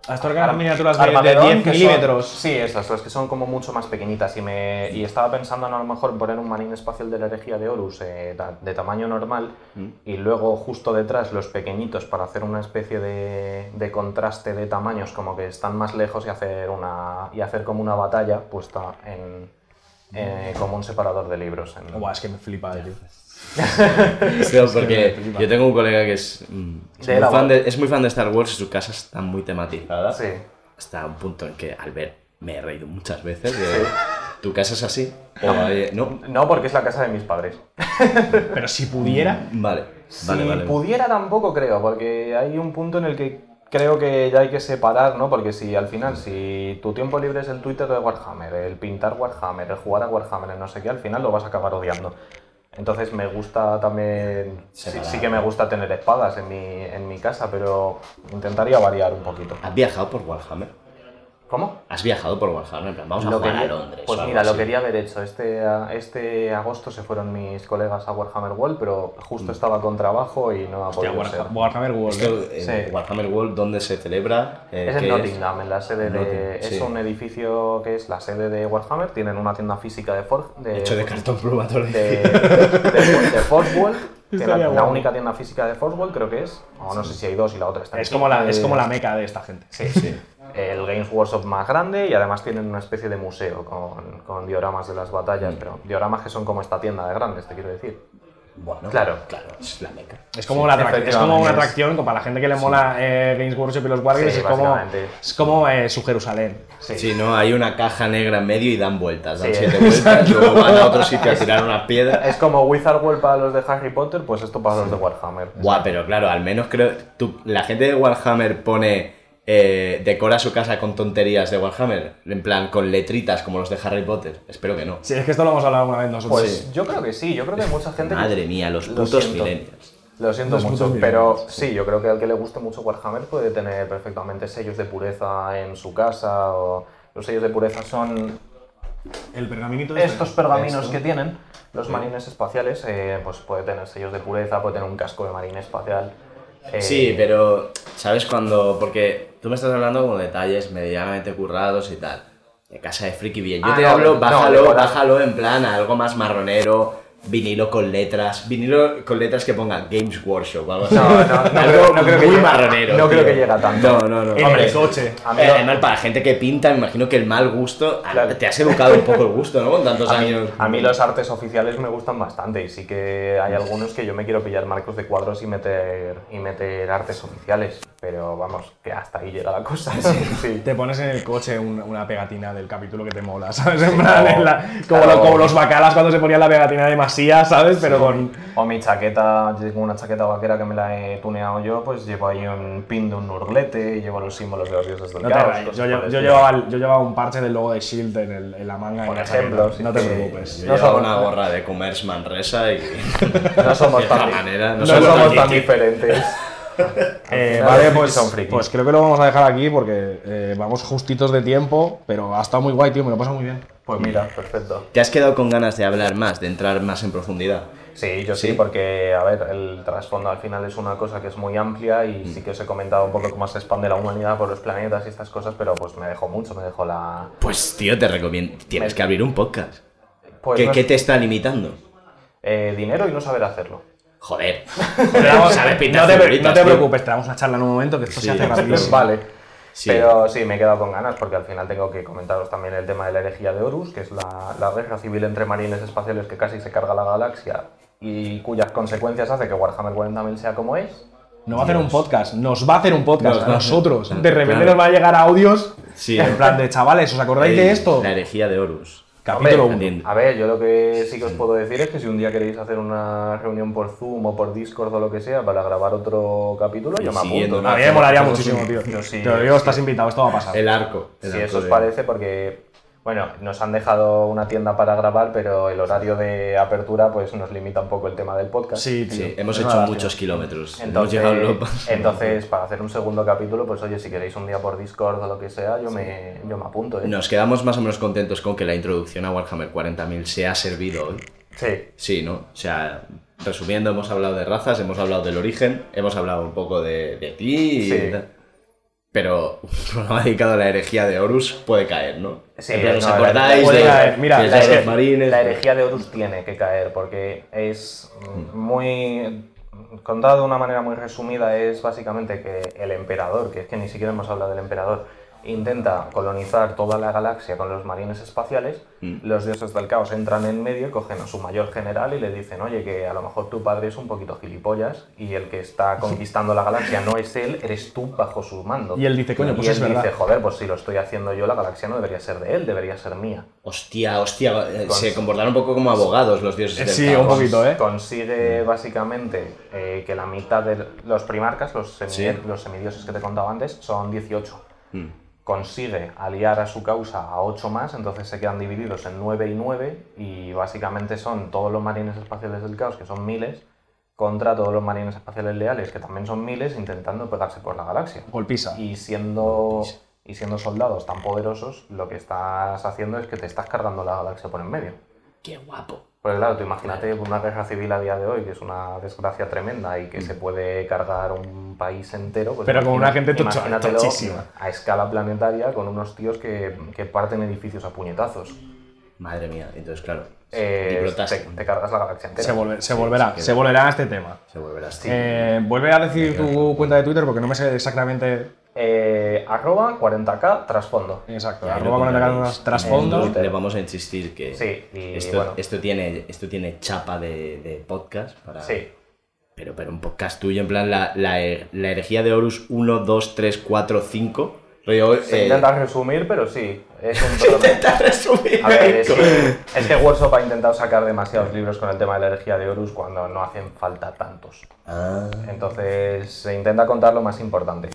[SPEAKER 1] Hasta ahora las
[SPEAKER 4] Ar-
[SPEAKER 1] miniaturas de- de,
[SPEAKER 4] Armagedón,
[SPEAKER 1] 10
[SPEAKER 4] que son-
[SPEAKER 1] milímetros.
[SPEAKER 4] Sí, esas, las que son como mucho más pequeñitas. Y, me, y estaba pensando en a lo mejor poner un manín espacial de la herejía de Horus eh, ta- de tamaño normal
[SPEAKER 1] Mm.
[SPEAKER 4] y luego justo detrás los pequeñitos para hacer una especie de, de contraste de tamaños, como que están más lejos y hacer, una, y hacer como una batalla puesta en. eh, como un separador de libros. en-
[SPEAKER 1] Buah, es que me flipa, tío.
[SPEAKER 3] Claro, porque
[SPEAKER 1] me flipa.
[SPEAKER 3] yo tengo un colega que es, mm, es
[SPEAKER 4] De
[SPEAKER 3] muy
[SPEAKER 4] la-
[SPEAKER 3] fan de, es muy fan de Star Wars y su casa está muy tematizada.
[SPEAKER 4] Sí.
[SPEAKER 3] Hasta un punto en que al ver me he reído muchas veces de tu casa es así.
[SPEAKER 4] Ah,
[SPEAKER 3] O, eh, no.
[SPEAKER 4] No, porque es la casa de mis padres.
[SPEAKER 1] Pero si pudiera.
[SPEAKER 3] Vale, vale,
[SPEAKER 4] si
[SPEAKER 3] vale.
[SPEAKER 4] pudiera tampoco creo, porque hay un punto en el que creo que ya hay que separar, ¿no? Porque si al final, si tu tiempo libre es el Twitter de Warhammer, el pintar Warhammer, el jugar a Warhammer, el no sé qué, al final lo vas a acabar odiando. Entonces me gusta también, sí,
[SPEAKER 3] Separar,
[SPEAKER 4] sí que me gusta tener espadas en mi, en mi casa, pero intentaría variar un poquito.
[SPEAKER 3] ¿Has viajado por Warhammer?
[SPEAKER 4] ¿Cómo?
[SPEAKER 3] ¿Has viajado por Warhammer? En plan, vamos a
[SPEAKER 4] Lo
[SPEAKER 3] jugar a
[SPEAKER 4] quería-
[SPEAKER 3] Londres. o
[SPEAKER 4] Pues
[SPEAKER 3] algo
[SPEAKER 4] mira, lo
[SPEAKER 3] así.
[SPEAKER 4] quería haber hecho. Este, a- este agosto se fueron mis colegas a Warhammer World, pero justo
[SPEAKER 3] Mm.
[SPEAKER 4] estaba con trabajo y no ha
[SPEAKER 1] Hostia,
[SPEAKER 4] podido ser.
[SPEAKER 1] Warha- Warhammer World. eh.
[SPEAKER 3] Esto, eh,
[SPEAKER 4] Sí.
[SPEAKER 3] Warhammer World, ¿dónde se celebra? Eh,
[SPEAKER 4] Es en
[SPEAKER 3] ¿qué
[SPEAKER 4] Nottingham, en la sede
[SPEAKER 3] Nottingham,
[SPEAKER 4] de... Es
[SPEAKER 3] sí.
[SPEAKER 4] un edificio que es la sede de Warhammer, tienen una tienda física de Forge... De,
[SPEAKER 3] Hecho de cartón pluma todo el
[SPEAKER 4] de, eh, de,
[SPEAKER 3] edificio.
[SPEAKER 4] de Forge World, que era
[SPEAKER 1] Estaría
[SPEAKER 4] la
[SPEAKER 1] guapo.
[SPEAKER 4] única tienda física de Forge World, creo que es, o no sé si hay dos y la otra está en
[SPEAKER 1] Es como, la,
[SPEAKER 4] Chile.
[SPEAKER 1] es como la meca de esta gente. Sí.
[SPEAKER 3] Sí.
[SPEAKER 4] El Games Workshop más grande y además tienen una especie de museo con, con dioramas de las batallas, pero dioramas que son como esta tienda de grandes, te quiero decir.
[SPEAKER 3] Bueno,
[SPEAKER 4] Claro.
[SPEAKER 3] claro, es la meca.
[SPEAKER 1] Es como, la atrac- es como
[SPEAKER 4] efectivamente,
[SPEAKER 1] una
[SPEAKER 4] es-
[SPEAKER 1] atracción como para la gente que le mola eh, Games Workshop y los Wargames.
[SPEAKER 4] Sí,
[SPEAKER 1] es como,
[SPEAKER 4] básicamente.
[SPEAKER 1] es como eh, su Jerusalén.
[SPEAKER 4] Sí.
[SPEAKER 3] Si no, hay una caja negra en medio y dan vueltas, dan
[SPEAKER 4] Sí,
[SPEAKER 3] siete vueltas, luego van a otro sitio a tirar una piedra.
[SPEAKER 4] Es como Wizard World para los de Harry Potter, pues esto para los de Warhammer.
[SPEAKER 3] Buah, pero claro, al menos creo. tú- la gente de Warhammer pone. eh, decora su casa con tonterías de Warhammer, en plan con letritas como los de Harry Potter. Espero que no.
[SPEAKER 1] Sí, es que esto lo hemos hablado alguna vez nosotros.
[SPEAKER 4] Pues yo creo que sí, yo creo que hay mucha gente que-
[SPEAKER 3] Madre mía, los
[SPEAKER 4] Lo
[SPEAKER 3] putos
[SPEAKER 4] siento.
[SPEAKER 3] millennials.
[SPEAKER 4] Lo siento
[SPEAKER 1] Los putos
[SPEAKER 4] mucho,
[SPEAKER 1] millennials,
[SPEAKER 4] pero sí, yo creo que al que le guste mucho Warhammer puede tener perfectamente sellos de pureza en su casa o los sellos de pureza son
[SPEAKER 1] El pergaminito este.
[SPEAKER 4] estos pergaminos que tienen los marines espaciales, eh, pues puede tener sellos de pureza, puede tener un casco de marine espacial. eh,
[SPEAKER 3] Sí, pero ¿sabes cuando? Porque tú me estás hablando como detalles medianamente currados y tal. De casa de friki bien. Yo
[SPEAKER 4] Ah,
[SPEAKER 3] te
[SPEAKER 4] no,
[SPEAKER 3] hablo,
[SPEAKER 4] no,
[SPEAKER 3] bájalo,
[SPEAKER 4] decorado.
[SPEAKER 3] bájalo en plan a algo más marronero, vinilo con letras, vinilo con letras que pongan Games Workshop, vamos.
[SPEAKER 4] No, no, no creo- no creo que
[SPEAKER 3] muy
[SPEAKER 4] llegue-
[SPEAKER 3] marronero.
[SPEAKER 4] no creo
[SPEAKER 3] tío.
[SPEAKER 4] que llegue a tanto.
[SPEAKER 3] No, no, no.
[SPEAKER 1] En
[SPEAKER 4] Hombre,
[SPEAKER 1] el coche.
[SPEAKER 4] a mí
[SPEAKER 3] Eh,
[SPEAKER 4] lo-
[SPEAKER 3] además, para gente que pinta, me imagino que el mal gusto. a-
[SPEAKER 4] Claro.
[SPEAKER 3] Te has educado un poco el gusto, ¿no? Con tantos
[SPEAKER 4] A mí,
[SPEAKER 3] años.
[SPEAKER 4] a mí los artes oficiales me gustan bastante y sí que hay algunos que yo me quiero pillar marcos de cuadros y meter y meter artes oficiales, pero vamos, que hasta ahí llega la cosa. Sí.
[SPEAKER 1] Te pones en el coche un- una pegatina del capítulo que te mola, ¿sabes? En plan, en la- como, lo-
[SPEAKER 4] claro.
[SPEAKER 1] como los bacalas cuando se ponían la pegatina de Masía, ¿sabes? Pero con.
[SPEAKER 4] O mi chaqueta, yo tengo una chaqueta vaquera que me la he tuneado yo, pues llevo ahí un pin de un urlete, llevo los símbolos de los dioses del
[SPEAKER 1] No te
[SPEAKER 4] caos.
[SPEAKER 1] rayes,
[SPEAKER 4] cosas
[SPEAKER 1] yo,
[SPEAKER 4] por
[SPEAKER 1] lle-
[SPEAKER 4] el
[SPEAKER 1] yo
[SPEAKER 4] estilo.
[SPEAKER 1] llevaba, el- yo llevaba un parche del logo de Shield en, el- en la manga.
[SPEAKER 4] Por
[SPEAKER 1] en la chaqueta.
[SPEAKER 4] ejemplo, sí
[SPEAKER 1] no te
[SPEAKER 4] que-
[SPEAKER 1] preocupes.
[SPEAKER 3] Yo
[SPEAKER 4] No
[SPEAKER 3] llevaba
[SPEAKER 4] somos-
[SPEAKER 3] una gorra de Commerce Manresa y.
[SPEAKER 4] No somos
[SPEAKER 3] de otra
[SPEAKER 4] tan,
[SPEAKER 3] manera, no
[SPEAKER 4] no
[SPEAKER 3] somos
[SPEAKER 4] somos
[SPEAKER 3] tan
[SPEAKER 4] tan diferentes.
[SPEAKER 1] Eh,
[SPEAKER 4] Claro,
[SPEAKER 1] vale,
[SPEAKER 4] los frikis
[SPEAKER 1] pues,
[SPEAKER 4] son frikis.
[SPEAKER 1] pues creo que lo vamos a dejar aquí porque eh, vamos justitos de tiempo, pero ha estado muy guay, tío, me lo he pasado muy bien.
[SPEAKER 4] Pues mira, perfecto.
[SPEAKER 3] ¿Te has quedado con ganas de hablar más, de entrar más en profundidad?
[SPEAKER 4] Sí, yo sí, porque, a ver, el trasfondo al final es una cosa que es muy amplia
[SPEAKER 3] Mm.
[SPEAKER 4] y sí que os he comentado un poco cómo se expande la humanidad por los planetas y estas cosas, pero pues me dejó mucho, me dejó la...
[SPEAKER 3] Pues tío, te recomiendo, tienes que abrir un podcast.
[SPEAKER 4] Pues
[SPEAKER 3] ¿Qué,
[SPEAKER 4] no
[SPEAKER 3] qué
[SPEAKER 4] es-
[SPEAKER 3] te está limitando?
[SPEAKER 4] eh, dinero y no saber hacerlo.
[SPEAKER 3] Joder.
[SPEAKER 1] Pero
[SPEAKER 3] Sabe pintar
[SPEAKER 1] no, te,
[SPEAKER 3] figuritas,
[SPEAKER 1] no te
[SPEAKER 3] tío.
[SPEAKER 1] preocupes, te damos una charla en un momento que esto
[SPEAKER 3] Sí,
[SPEAKER 1] se hace rápido.
[SPEAKER 4] Vale.
[SPEAKER 3] Sí.
[SPEAKER 4] Pero sí, me he quedado con ganas porque al final tengo que comentaros también el tema de la herejía de Horus, que es la, la guerra civil entre marines espaciales que casi se carga la galaxia y cuyas consecuencias hace que Warhammer 40.000 sea como es.
[SPEAKER 1] No va a hacer un podcast, nos va a hacer un podcast
[SPEAKER 3] Nos
[SPEAKER 1] a
[SPEAKER 3] va a
[SPEAKER 1] nosotros.
[SPEAKER 3] hacer- Mm,
[SPEAKER 1] De repente
[SPEAKER 3] claro.
[SPEAKER 1] nos va a llegar audios
[SPEAKER 3] Sí.
[SPEAKER 1] en plan de chavales, ¿os acordáis
[SPEAKER 3] Eh,
[SPEAKER 1] de esto?
[SPEAKER 3] La herejía de Horus.
[SPEAKER 1] Capítulo 1.
[SPEAKER 3] Hombre, entiendo.
[SPEAKER 4] A ver, yo lo que sí que os puedo decir es que si un día queréis hacer una reunión por Zoom o por Discord o lo que sea para grabar otro capítulo, yo me
[SPEAKER 3] Siguiendo,
[SPEAKER 4] apunto.
[SPEAKER 3] ¿no?
[SPEAKER 1] A mí me molaría
[SPEAKER 4] Yo
[SPEAKER 1] muchísimo,
[SPEAKER 4] sí,
[SPEAKER 1] tío.
[SPEAKER 4] yo sí,
[SPEAKER 1] Te lo digo, estás invitado, esto va a pasar.
[SPEAKER 3] El arco. el
[SPEAKER 4] Si
[SPEAKER 3] arco
[SPEAKER 4] Ah. eso os
[SPEAKER 3] de-
[SPEAKER 4] parece, porque, bueno, nos han dejado una tienda para grabar, pero el horario de apertura pues nos limita un poco el tema del podcast.
[SPEAKER 1] Sí, tío.
[SPEAKER 3] Sí, hemos
[SPEAKER 1] es
[SPEAKER 3] hecho
[SPEAKER 1] una lástima.
[SPEAKER 3] muchos kilómetros. hemos
[SPEAKER 4] Entonces,
[SPEAKER 3] llegado a Europa.
[SPEAKER 4] entonces, para hacer un segundo capítulo, pues oye, si queréis un día por Discord o lo que sea, yo, me, yo me apunto. ¿eh?
[SPEAKER 3] Nos quedamos más o menos contentos con que la introducción a Warhammer 40.000 se ha servido hoy.
[SPEAKER 4] Sí,
[SPEAKER 3] Sí, ¿no? O sea, resumiendo, hemos hablado de razas, hemos hablado del origen, hemos hablado un poco de, de ti. y
[SPEAKER 4] Sí.
[SPEAKER 3] tal. Pero un programa dedicado a la herejía de Horus puede caer, ¿no?
[SPEAKER 4] Sí,
[SPEAKER 3] En plan, ¿Os
[SPEAKER 4] no, la-
[SPEAKER 3] acordáis
[SPEAKER 1] puede
[SPEAKER 3] de,
[SPEAKER 1] caer. Mira,
[SPEAKER 3] de
[SPEAKER 1] la
[SPEAKER 3] los
[SPEAKER 1] hereje-
[SPEAKER 3] marines?
[SPEAKER 4] la herejía de Horus tiene que caer porque es mm, muy. Contado de una manera muy resumida, es básicamente que el emperador, que es que ni siquiera hemos hablado del emperador, intenta colonizar toda la galaxia con los marines espaciales.
[SPEAKER 1] Mm.
[SPEAKER 4] Los dioses del caos entran en medio, cogen a su mayor general y le dicen: Oye, que a lo mejor tu padre es un poquito gilipollas y el que está conquistando la galaxia no es él, eres tú bajo su mando.
[SPEAKER 1] Y él dice, "Coño, pues
[SPEAKER 4] Y él
[SPEAKER 1] es verdad".
[SPEAKER 4] dice, Joder, pues si lo estoy haciendo yo, la galaxia no debería ser de él, debería ser mía.
[SPEAKER 3] Hostia, hostia, eh,
[SPEAKER 4] Con-
[SPEAKER 3] se comportaron un poco como abogados los dioses del
[SPEAKER 1] Sí,
[SPEAKER 3] caos.
[SPEAKER 1] un poquito, ¿eh?
[SPEAKER 4] Consigue básicamente eh, que la mitad de los primarcas, los, semi-
[SPEAKER 3] Sí.
[SPEAKER 4] los semidioses que te contaba antes, son 18.
[SPEAKER 3] Mm.
[SPEAKER 4] Consigue aliar a su causa a 8 más, entonces se quedan divididos en 9 y 9, y básicamente son todos los marines espaciales del caos, que son miles, contra todos los marines espaciales leales, que también son miles, intentando pegarse por la galaxia.
[SPEAKER 1] Golpisa.
[SPEAKER 4] Y siendo, y siendo soldados tan poderosos, lo que estás haciendo es que te estás cargando la galaxia por en medio.
[SPEAKER 3] Qué guapo.
[SPEAKER 4] Pues claro, tú imagínate una guerra civil a día de hoy, que es una desgracia tremenda y que se puede cargar un país entero. pues
[SPEAKER 1] Mm. Pero con
[SPEAKER 4] imagina-
[SPEAKER 1] una gente tocho-
[SPEAKER 4] imagínatelo
[SPEAKER 1] tochísima.
[SPEAKER 4] A escala planetaria, con unos tíos que, que parten edificios a puñetazos.
[SPEAKER 3] Madre mía, entonces claro.
[SPEAKER 4] Eh, te,
[SPEAKER 3] diplotaste.
[SPEAKER 4] te cargas la galaxia entera.
[SPEAKER 1] Se, volve- se volverá,
[SPEAKER 3] sí, que-
[SPEAKER 1] se volverá a este tema.
[SPEAKER 3] Se volverás.
[SPEAKER 1] Eh, vuelve a decir tu cuenta de Twitter porque no me sé exactamente.
[SPEAKER 4] Eh, arroba 40k trasfondo.
[SPEAKER 1] Exacto,
[SPEAKER 3] Ahí lo
[SPEAKER 1] arroba con el
[SPEAKER 3] pondremos.
[SPEAKER 1] de trasfondo.
[SPEAKER 3] Le vamos a insistir que
[SPEAKER 4] Sí, y
[SPEAKER 3] esto,
[SPEAKER 4] bueno.
[SPEAKER 3] esto, tiene, esto tiene chapa de, de podcast. Para,
[SPEAKER 4] Sí,
[SPEAKER 3] Pero, pero un podcast tuyo, en plan la, la, he- la herejía de Horus 1, 2, 3, 4, 5. Rollo,
[SPEAKER 4] se
[SPEAKER 3] eh,
[SPEAKER 4] intenta resumir, pero sí, es un problema.
[SPEAKER 3] intenta resumir.
[SPEAKER 4] A ver, es que, es que Workshop ha intentado sacar demasiados libros con el tema de la energía de Horus cuando no hacen falta tantos.
[SPEAKER 3] Ah,
[SPEAKER 4] Entonces se intenta contar lo más importante.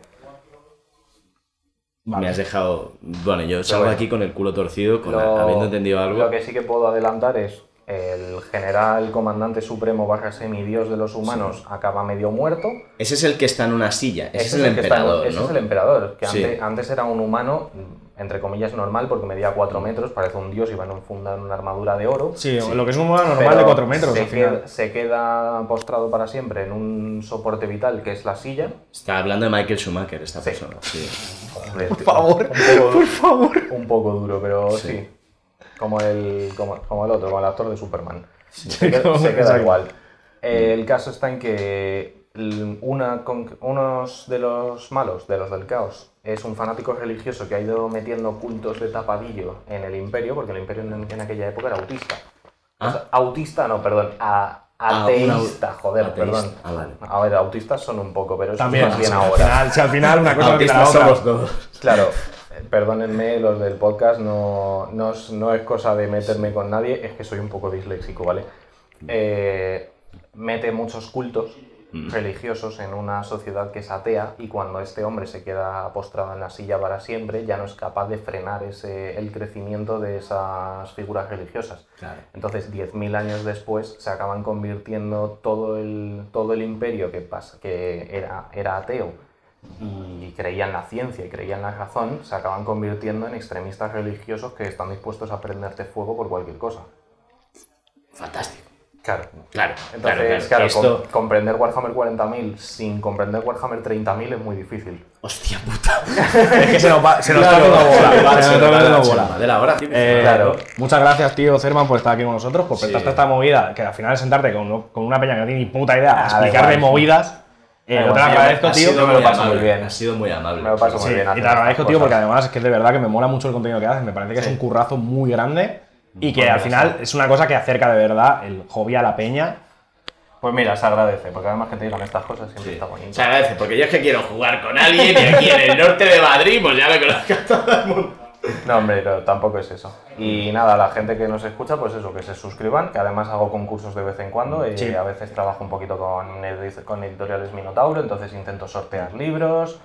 [SPEAKER 1] Vale.
[SPEAKER 3] Me has dejado. Bueno, yo salgo
[SPEAKER 4] bueno.
[SPEAKER 3] aquí con el culo torcido, con, habiendo entendido algo.
[SPEAKER 4] Lo que sí que puedo adelantar es el general comandante supremo barra semidios de los humanos acaba medio muerto.
[SPEAKER 3] Ese es el que está en una silla. Ese, es
[SPEAKER 4] Ese
[SPEAKER 3] el,
[SPEAKER 4] que está-
[SPEAKER 3] emperador,
[SPEAKER 4] ese
[SPEAKER 3] ¿no?
[SPEAKER 4] es el em- emperador, que
[SPEAKER 3] Sí.
[SPEAKER 4] antes, antes era un humano, entre comillas, normal porque medía
[SPEAKER 3] Mm.
[SPEAKER 4] 4 metros, parece un dios y va enfundado en una armadura de oro.
[SPEAKER 1] Sí, lo que es un humano normal
[SPEAKER 4] Pero
[SPEAKER 1] de 4 metros
[SPEAKER 4] Se,
[SPEAKER 1] al final.
[SPEAKER 4] queda, se queda postrado para siempre en un soporte vital que es la silla.
[SPEAKER 3] Está hablando de Michael Schumacher, esta persona. Sí.
[SPEAKER 4] por favor, por favor. Un poco duro, pero sí.
[SPEAKER 3] Sí.
[SPEAKER 4] Como, el, como, como el otro, como el actor de Superman.
[SPEAKER 1] Sí,
[SPEAKER 4] Se, queda-
[SPEAKER 1] como
[SPEAKER 4] se
[SPEAKER 1] que
[SPEAKER 4] queda
[SPEAKER 1] sabe.
[SPEAKER 4] igual. Eh, el caso está en que l- una, con- unos de los malos, de los del caos, es un fanático religioso que ha ido metiendo cultos de tapadillo en el imperio, porque el imperio en, en aquella época era autista. O sea, autista, no, perdón, a-
[SPEAKER 3] Ah, un au-
[SPEAKER 4] ateísta, joder,
[SPEAKER 3] ateísta.
[SPEAKER 4] perdón.
[SPEAKER 3] Ah, vale.
[SPEAKER 4] A ver, autistas son un poco, pero eso
[SPEAKER 1] También,
[SPEAKER 4] es más bien
[SPEAKER 1] si
[SPEAKER 4] ahora.
[SPEAKER 1] Al final, si al final una cosa no quita la
[SPEAKER 3] Autistas
[SPEAKER 1] otra.
[SPEAKER 3] somos todos.
[SPEAKER 4] Claro, eh, perdónenme los del podcast, no, no, es, no es cosa de meterme con nadie, es que soy un poco disléxico, ¿vale? Eh, mete muchos cultos
[SPEAKER 3] Mm.
[SPEAKER 4] religiosos en una sociedad que es atea y cuando este hombre se queda postrado en la silla para siempre ya no es capaz de frenar ese, el crecimiento de esas figuras religiosas.
[SPEAKER 3] Claro.
[SPEAKER 4] Entonces, 10.000 años después, se acaban convirtiendo todo el, todo el imperio que, pasa, que era, era ateo y creía en la ciencia y creía en la razón, se acaban convirtiendo en extremistas religiosos que están dispuestos a prenderte fuego por cualquier cosa.
[SPEAKER 3] Fantástico.
[SPEAKER 4] Claro.
[SPEAKER 3] Claro. claro,
[SPEAKER 4] Entonces, claro,
[SPEAKER 3] claro.
[SPEAKER 4] com-
[SPEAKER 3] Esto.
[SPEAKER 4] comprender Warhammer 40.000 sin comprender Warhammer 30.000 es muy difícil.
[SPEAKER 3] Hostia puta.
[SPEAKER 1] Es que se nos, va- se nos
[SPEAKER 3] Claro,
[SPEAKER 1] está haciendo
[SPEAKER 3] se nos va,
[SPEAKER 1] bola. Se
[SPEAKER 3] se
[SPEAKER 1] nos
[SPEAKER 3] nos
[SPEAKER 1] está
[SPEAKER 3] va la
[SPEAKER 1] haciendo bola.
[SPEAKER 3] chamba De la hora, tío.
[SPEAKER 1] Eh,
[SPEAKER 4] Claro.
[SPEAKER 1] Muchas gracias, tío Cerman, por estar aquí con nosotros, por
[SPEAKER 3] Sí.
[SPEAKER 1] prestarte esta movida, que al final es sentarte con, uno- con una peña que no tiene ni puta idea a
[SPEAKER 4] Ah, da
[SPEAKER 1] explicar de
[SPEAKER 4] igual, sí.
[SPEAKER 1] movidas. Eh, yo te
[SPEAKER 4] Da
[SPEAKER 1] lo
[SPEAKER 4] igual, sí,
[SPEAKER 1] agradezco,
[SPEAKER 3] Ha
[SPEAKER 1] tío.
[SPEAKER 3] sido
[SPEAKER 4] me lo
[SPEAKER 3] muy
[SPEAKER 4] paso muy
[SPEAKER 3] amable,
[SPEAKER 4] bien.
[SPEAKER 3] Ha sido muy amable.
[SPEAKER 4] Me lo paso muy
[SPEAKER 1] Sí,
[SPEAKER 4] bien
[SPEAKER 1] y
[SPEAKER 4] hacer
[SPEAKER 1] te lo agradezco,
[SPEAKER 4] estas
[SPEAKER 1] tío, porque
[SPEAKER 4] cosas.
[SPEAKER 1] además es que es de verdad que me mola mucho el contenido que haces. Me parece que es un currazo muy grande y que
[SPEAKER 4] Pues
[SPEAKER 1] al
[SPEAKER 4] ya
[SPEAKER 1] final
[SPEAKER 4] está.
[SPEAKER 1] es una cosa que acerca de verdad el hobby a la peña.
[SPEAKER 4] Pues mira, se agradece, porque además que te digan estas cosas siempre
[SPEAKER 3] Sí.
[SPEAKER 4] está bonito.
[SPEAKER 3] Se agradece, porque yo es que quiero jugar con alguien y aquí en el norte de Madrid, pues ya me conozco a todo el mundo.
[SPEAKER 4] No, hombre, no, tampoco es eso. Y nada, la gente que nos escucha, pues eso, que se suscriban, que además hago concursos de vez en cuando y
[SPEAKER 1] Sí.
[SPEAKER 4] a veces trabajo un poquito con, edi- con editoriales Minotauro, entonces intento sortear libros,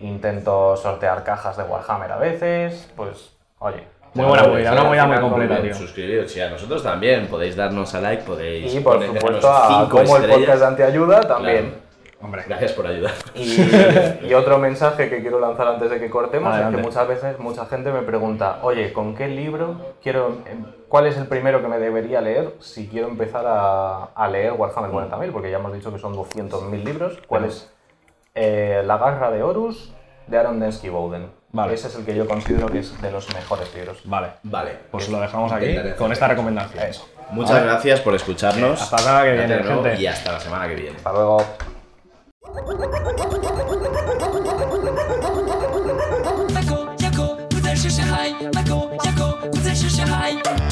[SPEAKER 4] intento sortear cajas de Warhammer a veces, pues oye.
[SPEAKER 1] Muy buena movida, una
[SPEAKER 4] al
[SPEAKER 1] movida muy
[SPEAKER 4] final
[SPEAKER 1] completa,
[SPEAKER 4] conviene.
[SPEAKER 1] tío.
[SPEAKER 3] Suscribiros, y a nosotros también. Podéis darnos a like, podéis.
[SPEAKER 4] Y por
[SPEAKER 3] poner-
[SPEAKER 4] supuesto,
[SPEAKER 3] dejarnos
[SPEAKER 4] a
[SPEAKER 3] cinco
[SPEAKER 4] como el podcast
[SPEAKER 3] estrellas.
[SPEAKER 4] de Antiayuda también.
[SPEAKER 3] Claro.
[SPEAKER 1] Hombre,
[SPEAKER 3] Gracias por ayudar.
[SPEAKER 4] Y, y otro mensaje que quiero lanzar antes de que cortemos
[SPEAKER 1] Adelante.
[SPEAKER 4] es que muchas veces mucha gente me pregunta, oye, ¿con qué libro quiero, em, cuál es el primero que me debería leer si quiero empezar a, a leer
[SPEAKER 1] Mm.
[SPEAKER 4] Warhammer 40.000? Porque ya hemos dicho que son 200.000 libros. ¿Cuál es? Eh, La garra de Horus de Aaron Densky Bowden.
[SPEAKER 1] Vale.
[SPEAKER 4] Ese es el que yo considero que es de los mejores libros.
[SPEAKER 1] vale.
[SPEAKER 3] Vale.
[SPEAKER 1] Pues lo dejamos aquí
[SPEAKER 3] Intentaré hacer
[SPEAKER 1] con esta recomendación.
[SPEAKER 4] Eso.
[SPEAKER 3] Muchas gracias por escucharnos.
[SPEAKER 1] Hasta la semana que viene,
[SPEAKER 3] Gracias de nuevo
[SPEAKER 1] gente.
[SPEAKER 3] Y hasta la semana que viene.
[SPEAKER 4] Hasta luego.
[SPEAKER 2] 麦克，加克，不再是小孩。麦克，加克，不再是小孩。